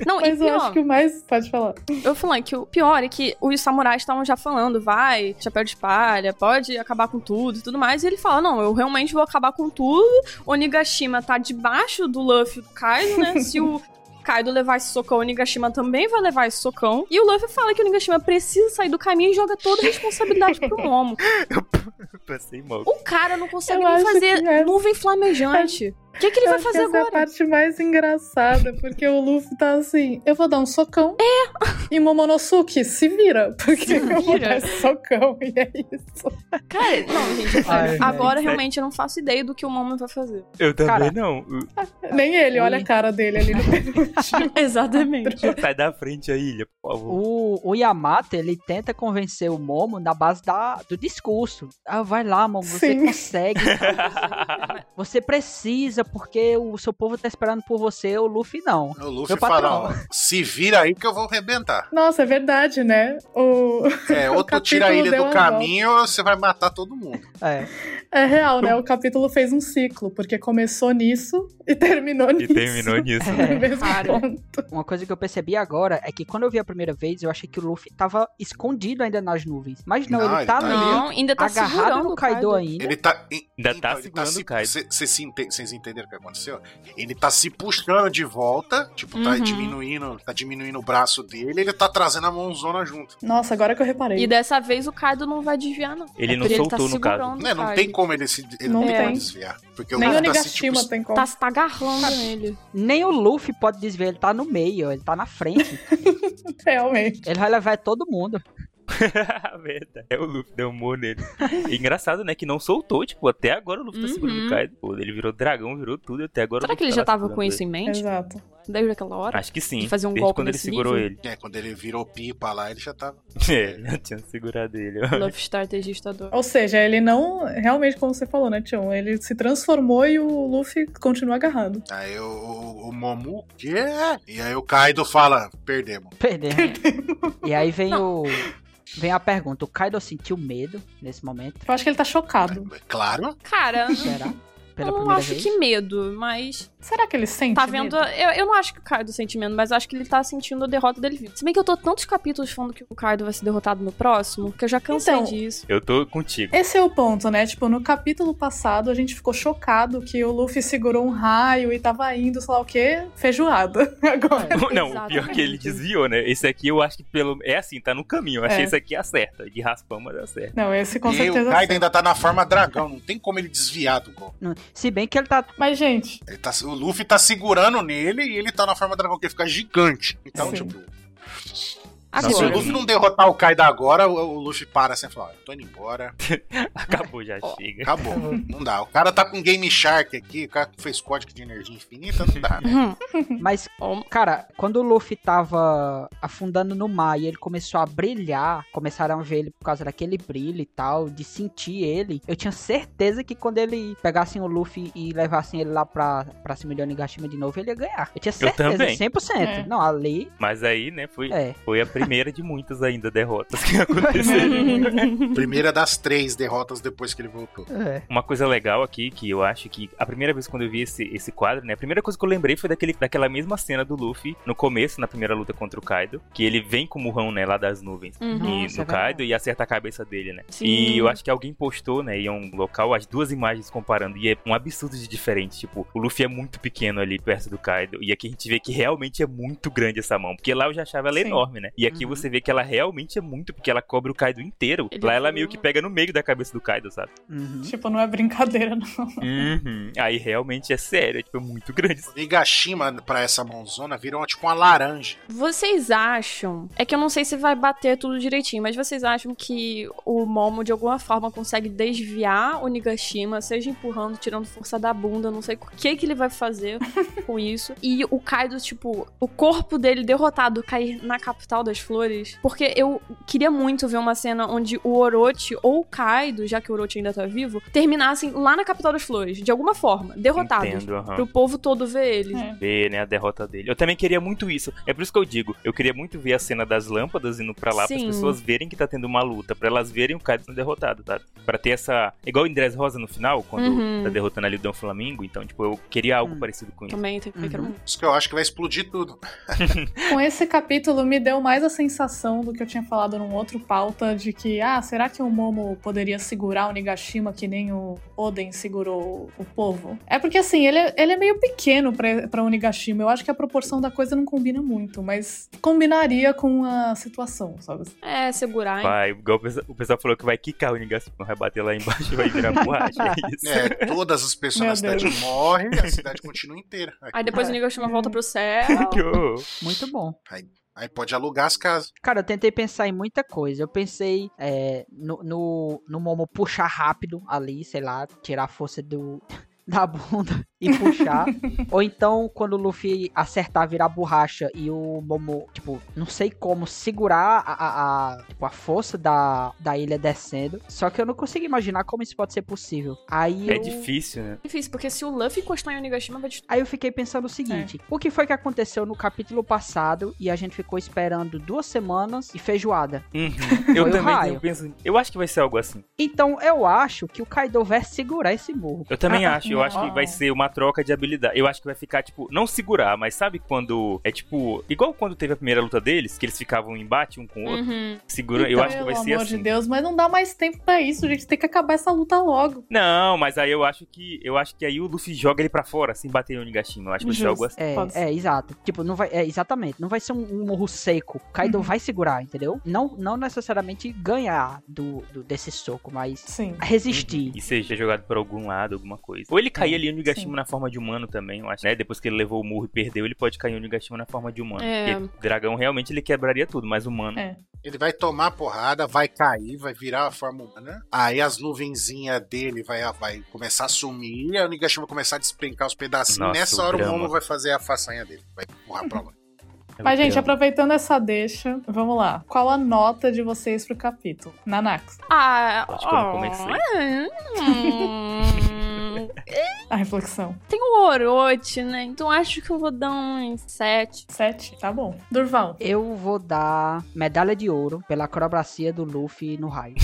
B: Não, e
A: Mas eu
B: pior,
A: acho que o mais. Pode falar.
B: eu falando que o pior é que os samurais estavam já falando, vai, chapéu de palha, pode acabar com tudo e tudo mais. E ele fala, não, eu realmente vou acabar com tudo. Onigashima tá debaixo do Luffy e do Kaido, né? Se o Kaido levar esse socão, o Nigashima também vai levar esse socão. E o Luffy fala que o Nigashima precisa sair do caminho e joga toda a responsabilidade pro Momo.
E: Eu Passei mal.
B: O cara não consegue
A: Eu
B: nem
A: acho
B: fazer
A: que é-
B: nuvem flamejante. O que, que ele
A: Eu
B: vai
A: acho que
B: fazer
A: essa é a
B: agora?
A: parte mais engraçada, porque o Luffy tá assim, eu vou dar um socão. É! E Momonosuke, se vira, porque eu vou
B: vira.
A: dar esse socão, e é isso.
B: Cara, não, gente,
C: Ai,
B: sério, agora
E: gente.
B: realmente eu não faço ideia do que o Momo vai fazer.
E: Eu também
C: Cara.
E: não.
A: Nem ele, olha a cara dele ali no
B: Exatamente.
E: Sai da frente a ilha, por favor.
C: O, o Yamato, ele tenta convencer o Momo na base da, do discurso. Ah, vai lá, Momo, você
A: Sim.
C: consegue. Você precisa, porque o seu povo tá esperando por você, o Luffy não.
D: O Luffy
C: Meu patrão.
D: fala, ó, se vira aí que eu vou arrebentar.
A: Nossa, é verdade, né? O...
D: É, ou
A: O
D: tu tira a
A: capítulo
D: ilha
A: deu um
D: do
A: uma
D: caminho ou você vai matar todo mundo.
C: É.
A: É real, né? O capítulo fez um ciclo, porque começou nisso e terminou
E: E
A: nisso.
E: terminou nisso.
A: no mesmo
B: É. Cara.
A: ponto.
C: Uma coisa que eu percebi agora é que quando eu vi a primeira vez, eu achei que o Luffy tava escondido ainda nas nuvens. Mas não,
D: Não,
C: ele
D: ele
C: tá
D: tá
C: ali,
B: Não, ainda tá
C: agarrado
B: segurando
C: no
B: o
C: Kaido
B: Kaido
C: ainda.
D: Ele tá.
E: Ainda tá segurando
D: Assim,
E: o Kaido.
D: Vocês entenderam o que aconteceu? Ele tá se puxando de volta, tipo, tá
B: Uhum.
D: diminuindo, tá diminuindo o braço dele, ele tá trazendo a mãozona junto.
A: Nossa, agora que eu reparei.
B: E dessa vez o Kaido não vai desviar, não.
E: Ele
B: É
E: não
B: porque
E: soltou, no caso.
B: segurando o
D: Né, não
B: Kaido.
D: tem como ele se ele
A: Não
D: não tem como
B: tem.
D: desviar. Porque
A: Nem
D: o
A: o
D: Luffy tá se tipo,
A: Onigashima tem como.
B: Tá, tá agarrando ele.
C: Nem o Luffy pode desviar, ele tá no meio, ele tá na frente.
A: Realmente.
C: ele vai levar todo mundo.
E: Verdade. É o Luffy, deu um humor nele. E engraçado, né, que não soltou, tipo, até agora o Luffy tá segurando
B: Uhum.
E: o Kaido. Pô, ele virou dragão, virou tudo, e até agora o
B: Será que
E: Luffy
B: ele
E: tá
B: já
E: lá
B: tava
E: segurando
B: com isso
E: ele.
B: em mente?
A: Exato.
B: Desde aquela hora?
E: Acho que sim.
B: De fazer um
E: Desde
B: golpe
E: quando ele
B: nesse
E: segurou
B: nível?
E: ele.
D: é, quando ele virou pipa lá, ele já tá, tava.
E: É, já tinha segurado ele. ó.
B: Love estrategista do.
A: Ou seja, ele não. Realmente, como você falou, né, Tion? Ele se transformou e o Luffy continua agarrado.
D: Aí o, o, o Momu, o quê? E aí o Kaido fala: perdemos.
C: Perdemos. e aí vem o. Vem a pergunta: o Kaido sentiu medo nesse momento?
A: Eu acho que ele tá chocado.
D: Claro,
B: Cara,
C: Será? Pela
B: eu não
C: primeira
B: acho
C: vez?
B: que medo, mas.
A: Será que ele sente?
B: Tá
A: medo?
B: vendo. Eu, eu não acho que o Kaido sente medo, mas acho que ele tá sentindo a derrota dele vivo. Se bem que eu tô tantos capítulos falando que o Kaido vai ser derrotado no próximo, que eu já cansei
A: Então,
B: disso.
E: Eu tô contigo.
A: Esse é o ponto, né? Tipo, no capítulo passado a gente ficou chocado que o Luffy segurou um raio e tava indo, sei lá o quê, feijoada. Agora.
E: Não, o pior é que ele
B: Exatamente.
E: desviou, né? Esse aqui eu acho que pelo. É assim, tá no caminho. Eu achei
A: É.
E: esse aqui acerta. De raspão, mas acerta.
A: Não, esse com
D: e aí o
A: certeza.
D: Kaido
A: sim.
D: ainda tá na forma dragão, não tem como ele desviar do golpe.
C: Não- Se bem que ele tá.
A: Mas, gente,
D: Ele tá, o Luffy tá segurando nele e ele tá na forma dragão, que ele fica gigante. Então,
A: Sim.
D: tipo,
B: Agora.
D: se o Luffy não derrotar o Kaido agora, o, o Luffy para assim e fala: ó, eu tô indo embora,
E: Acabou, já
B: Ó.
E: chega.
D: acabou. não dá. O cara tá com Game Shark aqui, o cara fez código de energia infinita, não dá. né?
B: Hum.
C: Mas,
B: Ó.
C: cara, quando o Luffy tava afundando no mar e ele começou a brilhar, começaram a ver ele por causa daquele brilho e tal, de sentir ele, eu tinha certeza que quando ele pegassem o Luffy e levassem ele lá pra, pra cima de Onigashima de novo, ele ia ganhar. Eu tinha certeza,
E: também.
C: 100%.
A: É.
C: Não, ali,
E: Mas aí, né, foi,
C: é.
E: foi a Primeira de muitas ainda derrotas que aconteceram.
D: Primeira das três derrotas depois que ele voltou.
C: É.
E: Uma coisa legal aqui que eu acho que a primeira vez quando eu vi esse, esse quadro, né? A primeira coisa que eu lembrei foi daquele, daquela mesma cena do Luffy no começo, na primeira luta contra o Kaido, que ele vem com o murrão, né, lá das nuvens.
B: Uhum.
E: e-
C: Nossa, é
E: no Kaido e acerta a cabeça dele, né?
B: Sim.
E: E eu acho que alguém postou, né, em um local, as duas imagens comparando, e é um absurdo de diferente. Tipo, o Luffy é muito pequeno ali perto do Kaido, e aqui a gente vê que realmente é muito grande essa mão, porque lá eu já achava ela
A: Sim.
E: enorme, né? E aqui
C: Uhum.
E: você vê que ela realmente é muito, porque ela cobre o Kaido inteiro.
B: Ele
E: lá ela
B: voa.
E: meio que pega no meio da cabeça do Kaido, sabe?
D: Hum?
C: Uhum.
A: Tipo, não é brincadeira, não.
E: Uhum. Aí realmente é sério, é tipo, é muito grande.
D: O Nigashima, pra essa mãozona, virou tipo uma laranja.
B: Vocês acham? É que eu não sei se vai bater tudo direitinho, mas vocês acham que o Momo de alguma forma consegue desviar o Nigashima, seja empurrando, tirando força da bunda, não sei o que que ele vai fazer com isso. E o Kaido, tipo, o corpo dele derrotado cair na capital das flores. Porque eu queria muito ver uma cena onde o Orochi ou o Kaido, já que o Orochi ainda tá vivo, terminassem lá na capital das flores, de alguma forma, derrotados.
E: Entendo, aham.
B: Pro povo todo ver eles.
A: É.
E: ver, né, a derrota dele. Eu também queria muito isso. É por isso que eu digo, eu queria muito ver a cena das lâmpadas indo pra lá, para as
B: Sim.
E: pessoas verem que tá tendo uma luta, pra elas verem o Kaido sendo derrotado, tá? Pra ter essa, igual em Dress Rosa no final, quando
B: Uhum.
E: tá derrotando ali o Dom Flamingo, então tipo, eu queria algo
C: Hum.
E: parecido com isso.
B: Também tem que um ficar
C: Uhum.
D: Isso que eu acho que vai explodir tudo.
A: Com esse capítulo me deu mais a sensação do que eu tinha falado num outro pauta de que, ah, será que o Momo poderia segurar o Nigashima que nem o Oden segurou o povo? É porque assim, ele é, ele é meio pequeno pra pra o Nigashima. Eu acho que a proporção da coisa não combina muito, mas combinaria com a situação, sabe?
B: É, segurar.
E: Vai, igual o pessoal, o pessoal falou que vai quicar o Nigashima, vai bater lá embaixo e vai virar borracha, é isso.
D: É, todas as pessoas
A: Meu
D: na cidade
A: Deus.
D: morrem e a cidade continua inteira. Aí,
B: Aí depois o Nigashima volta pro céu.
E: Que horror.
C: Muito bom.
D: aí pode alugar as casas.
C: Cara, eu tentei pensar em muita coisa. Eu pensei é, no, no, no Momo puxar rápido ali, sei lá, tirar a força do, da bunda e puxar. Ou então, quando o Luffy acertar, virar borracha e o Momo, tipo, não sei como, segurar a, a, a- tipo, a força da, da ilha descendo. Só que eu não consigo imaginar como isso pode ser possível. Aí
E: É
C: eu...
E: difícil, né?
B: Difícil, porque se o Luffy encostar em Onigashima, vai destruir.
C: Aí eu fiquei pensando o
E: É.
C: seguinte: o que foi que aconteceu no capítulo passado e a gente ficou esperando duas semanas e feijoada?
E: Uhum. Eu
C: Foi o
E: também
C: raio.
E: eu penso, eu acho que vai ser algo assim.
C: Então eu acho que o Kaido vai segurar esse morro.
E: Eu também
A: Ah,
E: acho, eu acho que
A: não.
E: vai ser uma troca de habilidade. Eu acho que vai ficar, tipo, não segurar, mas sabe quando. É tipo. Igual quando teve a primeira luta deles, que eles ficavam em embate um com o outro,
B: Uhum.
E: segurando. eu
A: Então,
E: acho que vai
A: pelo
E: ser
A: amor
E: assim.
A: de Deus, mas não dá mais tempo pra isso, gente. Tem que acabar essa luta logo.
E: Não, mas aí eu acho que. Eu acho que aí o Luffy joga ele pra fora, sem bater no Nigashima. Eu acho que vai ser
A: Justo.
E: algo assim.
C: É,
A: Pode ser.
C: é, exato. Tipo, não vai. É, exatamente. Não vai ser um, um morro seco. O Kaido
A: Uhum.
C: vai segurar, entendeu? Não, não necessariamente ganhar do, do- desse soco, mas
A: Sim.
C: resistir.
E: assim, E seja jogado pra algum lado, alguma coisa. Ou ele cair ali no Nigashima
A: Sim.
E: na forma de humano também, eu acho, né? Depois que ele levou o murro e perdeu, ele pode cair no Nigashima na forma de humano.
B: É.
E: Porque o dragão realmente ele quebraria tudo, mas humano.
A: É.
D: Ele vai tomar a porrada, vai cair, vai virar a forma humana. Aí as nuvenzinhas dele vai, vai começar a sumir, aí o Nigashima vai começar a despencar os pedacinhos.
E: Nossa,
D: Nessa
E: o
D: hora
E: drama.
D: o Momo vai fazer a façanha dele. Vai empurrar pra lá.
A: Mas, gente,
E: Eu-
A: aproveitando essa deixa, vamos lá. Qual a nota de vocês pro capítulo? Nanax.
B: Ah,
E: Acho que eu não
B: oh,
E: comecei.
B: é, hum.
A: A reflexão.
B: Tem o Orochi, né? Então acho que eu vou dar um 7.
A: Sete? Tá bom. Durval.
C: Eu vou dar medalha de ouro pela acrobacia do Luffy no raio.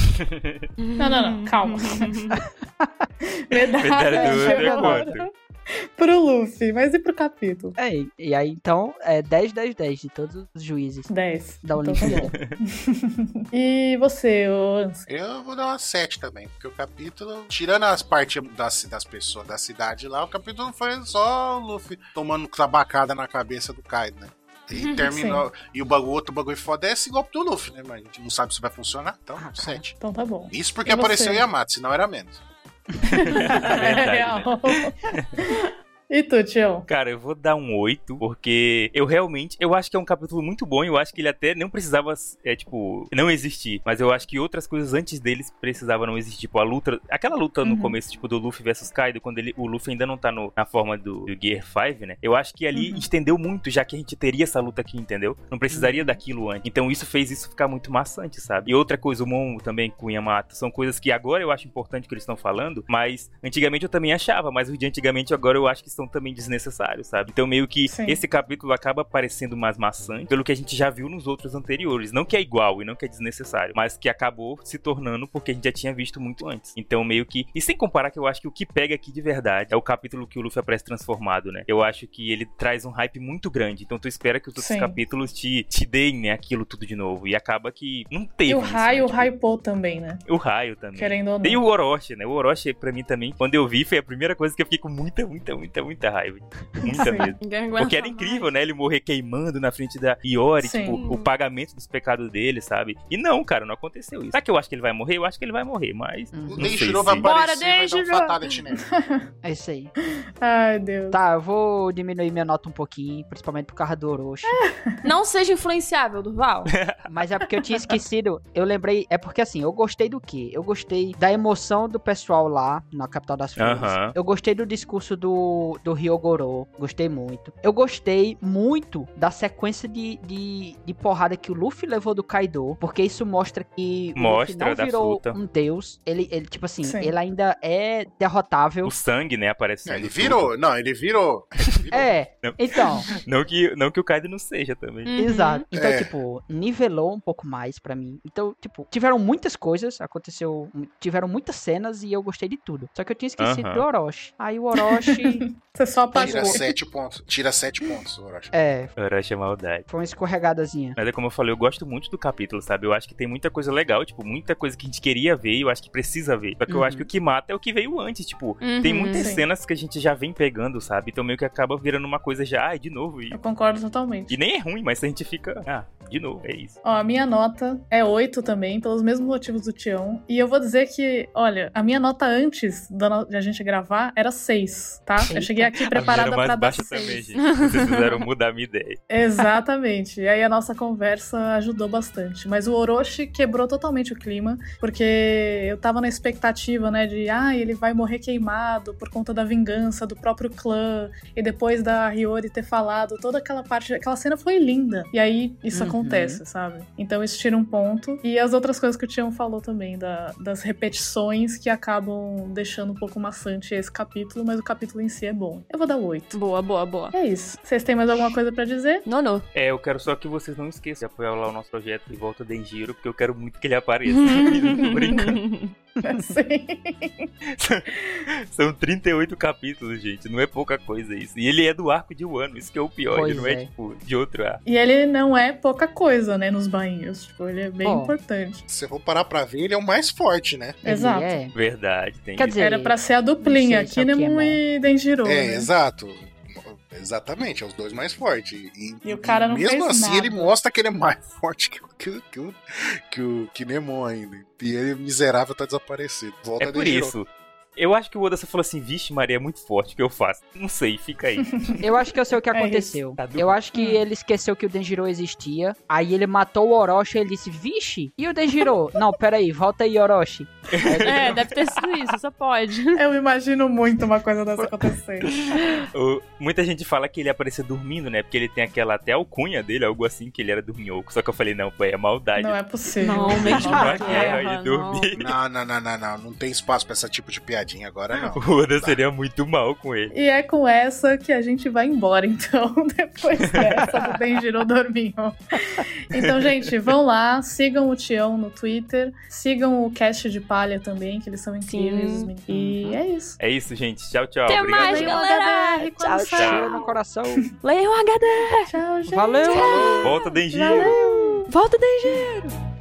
B: Uhum.
A: Não, não, não. Calma. Medalha,
E: Medalha do
A: de
E: ouro é
A: ouro Pro Luffy, mas e pro capítulo?
C: É, e- e aí então é 10, 10, 10 de todos os juízes
A: 10.
C: da Olimpíada.
A: Então tá E você, ô Anson?
D: Eu vou dar uma 7 também, porque o capítulo, tirando as partes das, das pessoas da cidade lá, o capítulo foi só o Luffy tomando tabacada na cabeça do Kaido, né? E terminou. E o bagulho, outro bagulho foda é esse golpe do Luffy, né? Mas a gente não sabe se vai funcionar, então
C: Ah,
D: 7.
A: Então tá bom.
D: Isso porque
A: E
D: apareceu
A: você?
D: o Yamato, senão era menos.
E: verdade, né?
A: E tu, Tião?
E: Cara, eu vou dar um 8, porque eu realmente, eu acho que é um capítulo muito bom, eu acho que ele até não precisava, é, tipo, não existir, mas eu acho que outras coisas antes deles precisavam não existir, tipo, a luta, aquela luta no
A: Uhum.
E: começo, tipo, do Luffy versus Kaido, quando ele, o Luffy ainda não tá no- na forma do, do Gear 5, né, eu acho que ali
A: Uhum.
E: estendeu muito, já que a gente teria essa luta aqui, entendeu? Não precisaria daquilo antes, então isso fez isso ficar muito maçante, sabe? E outra coisa, o Momo também com o Yamato, são coisas que agora eu acho importante que eles estão falando, mas antigamente eu também achava, mas os de antigamente agora eu acho que são são também desnecessários, sabe? Então meio que
A: Sim.
E: esse capítulo acaba parecendo mais maçante pelo que a gente já viu nos outros anteriores. Não que é igual e não que é desnecessário, mas que acabou se tornando porque a gente já tinha visto muito antes. Então meio que... E sem comparar que eu acho que o que pega aqui de verdade é o capítulo que o Luffy aparece transformado, né? Eu acho que ele traz um hype muito grande. Então tu espera que os outros
A: Sim.
E: capítulos te, te deem, né, aquilo tudo de novo. E acaba que não teve.
A: E o
E: isso,
A: raio,
E: né?
A: o
E: Tipo,
A: raio pô também, né?
E: o raio também.
A: Querendo ou não.
E: E o Orochi, né? O Orochi, pra mim também, quando eu vi, foi a primeira coisa que eu fiquei com muita, muita, muita, muita raiva. Muita
A: Sim.
E: mesmo.
B: Ninguém aguenta
E: Porque era
B: mais.
E: incrível, né? Ele morrer queimando na frente da Iori,
A: Sim.
E: tipo, o pagamento dos pecados dele, sabe? E não, cara, não aconteceu isso. Será que eu acho que ele vai morrer? Eu acho que ele vai morrer, mas.
D: O
E: Não sei
D: Denjiro vai
E: se-
D: aparecer,
B: Bora,
D: vai dar um
B: Denjiro!
D: fatality nele.
C: É isso aí.
A: Ai, Deus.
C: Tá, eu vou diminuir minha nota um pouquinho, principalmente por causa do Orochi.
B: Não seja influenciável, Durval.
C: Mas é porque eu tinha esquecido. Eu lembrei. É porque assim, eu gostei do quê? Eu gostei da emoção do pessoal lá na capital das flores.
E: Aham.
C: Eu gostei do discurso do, do Ryogoro. Gostei muito. Eu gostei muito da sequência de, de, de porrada que o Luffy levou do Kaido. Porque isso mostra que o
E: Mostra
C: Luffy
E: da
C: não virou
E: fruta.
C: um deus. Ele, ele tipo assim,
A: Sim.
C: ele ainda é derrotável.
E: O sangue, né, aparece.
D: Não, ele virou, não, ele virou.
C: É,
E: Não.
C: então,
E: Não que, não que o Kaido não seja também.
B: Uhum.
C: exato. Então,
D: É.
C: tipo, nivelou um pouco mais pra mim. Então, tipo, tiveram muitas coisas, aconteceu, tiveram muitas cenas e eu gostei de tudo. Só que eu tinha esquecido
E: Aham.
C: do Orochi. Aí o Orochi,
A: Você só apagou.
D: Tira sete pontos. Tira sete pontos, Orochi.
C: é,
E: Orochi é maldade.
C: foi uma escorregadazinha.
E: Mas é como eu falei, eu gosto muito do capítulo, sabe? Eu acho que tem muita coisa legal, tipo, muita coisa que a gente queria ver e eu acho que precisa ver. Só que eu
C: Uhum.
E: acho que o que mata é o que veio antes, tipo.
B: Uhum.
E: Tem muitas
A: Sim.
E: cenas que a gente já vem pegando, sabe? Então meio que acaba virando uma coisa já, ai, de novo. E,
A: Eu concordo totalmente.
E: e nem é ruim, mas a gente fica, ah, de novo, é isso.
A: Ó, a minha nota é 8 também, pelos mesmos motivos do Tião. E eu vou dizer que, olha, a minha nota antes da no- de a gente gravar era 6, tá? Eu
C: Eita.
A: cheguei aqui
E: a
A: preparada
E: minha
A: pra
E: era mais
A: dar
E: baixa
A: 6.
E: também, gente. Vocês fizeram mudar a minha ideia.
A: Exatamente. E aí a nossa conversa ajudou bastante. Mas o Orochi quebrou totalmente o clima, porque eu tava na expectativa, né, de ah, ele vai morrer queimado por conta da vingança do próprio clã. E depois da Hiyori ter falado, toda aquela parte, aquela cena foi linda. E aí isso
C: Uhum.
A: acontece, sabe? Então isso tira um ponto. E as outras coisas que o Tião falou também, da- das repetições que acabam deixando um pouco maçante esse capítulo, mas o capítulo em si é bom. Eu vou dar oito.
B: Boa, boa, boa.
A: É isso. Vocês têm mais alguma coisa pra dizer?
B: Nono.
E: É, eu quero só que vocês não esqueçam de apoiar lá o nosso projeto de volta Denjiro, porque eu quero muito que ele apareça. Tô brincando.
A: Sim.
E: São 38 capítulos, gente. Não é pouca coisa isso. E ele é do arco de um ano, isso que é o pior.
C: Pois
E: ele não é,
C: é.
E: tipo, de outro arco.
A: E ele não é pouca coisa, né, nos bainhos. Tipo, ele é bem
C: Bom.
A: importante.
D: Se eu for parar pra ver, ele é o mais forte, né?
C: Ele
A: Exato.
C: é-
E: Verdade, tem
C: Quer
E: isso.
C: dizer,
A: Era pra ser a duplinha,
C: Não sei se é o
A: Kinemon
C: Kinemon.
A: e Denjiro.
D: É,
A: né?
D: exato. Exatamente, é os dois mais fortes. E,
A: E o cara não
D: Mesmo
A: fez
D: assim,
A: nada.
D: ele mostra que ele é mais forte que, o- que, o- que, o- que o Kinemon ainda. E ele, miserável, tá desaparecido. Volta
E: É por
D: Denjiro.
E: isso. Eu acho que o Oda só falou assim, vixe Maria, é muito forte, o que eu faço? Não sei, fica aí.
C: Eu acho que eu sei o que
A: É isso.
C: aconteceu.
E: Tá do-
C: Eu acho que
A: Hum.
C: ele esqueceu que o Denjiro existia. Aí ele matou o Orochi e ele disse, vixe, e o Denjiro? não, peraí, volta aí, Orochi. Aí ele-
B: É, deve ter sido isso, só pode.
A: Eu imagino muito uma coisa dessa acontecendo.
E: O- muita gente fala que ele apareceu dormindo, né? Porque ele tem aquela até alcunha dele, algo assim, que ele era dorminhoco. Só que eu falei, não, pô, é maldade.
A: Não é possível.
B: Não, mesmo
E: Uma
B: na
E: é guerra
B: guerra,
E: e dormir.
D: Não, não, não, não, não. Não tem espaço pra esse tipo de piadinha agora, não.
E: O Oda seria muito mal com ele.
A: E é com essa que a gente vai embora, então, depois dessa do Denjiro Dorminho. Então, gente, vão lá, sigam o Tião no Twitter, sigam o Cast de Palha também, que eles são incríveis. os meninos. E é isso.
E: É isso, gente. Tchau, tchau.
B: Até
E: Obrigado.
B: mais,
A: Leiam
B: galera.
A: HDR,
B: Tchau,
A: quando sair.
C: Cheiro
B: tchau.
C: no coração.
B: Leia o HD.
A: Tchau, gente.
C: Valeu!
E: Volta, Denjiro.
A: Valeu.
B: Volta, DG.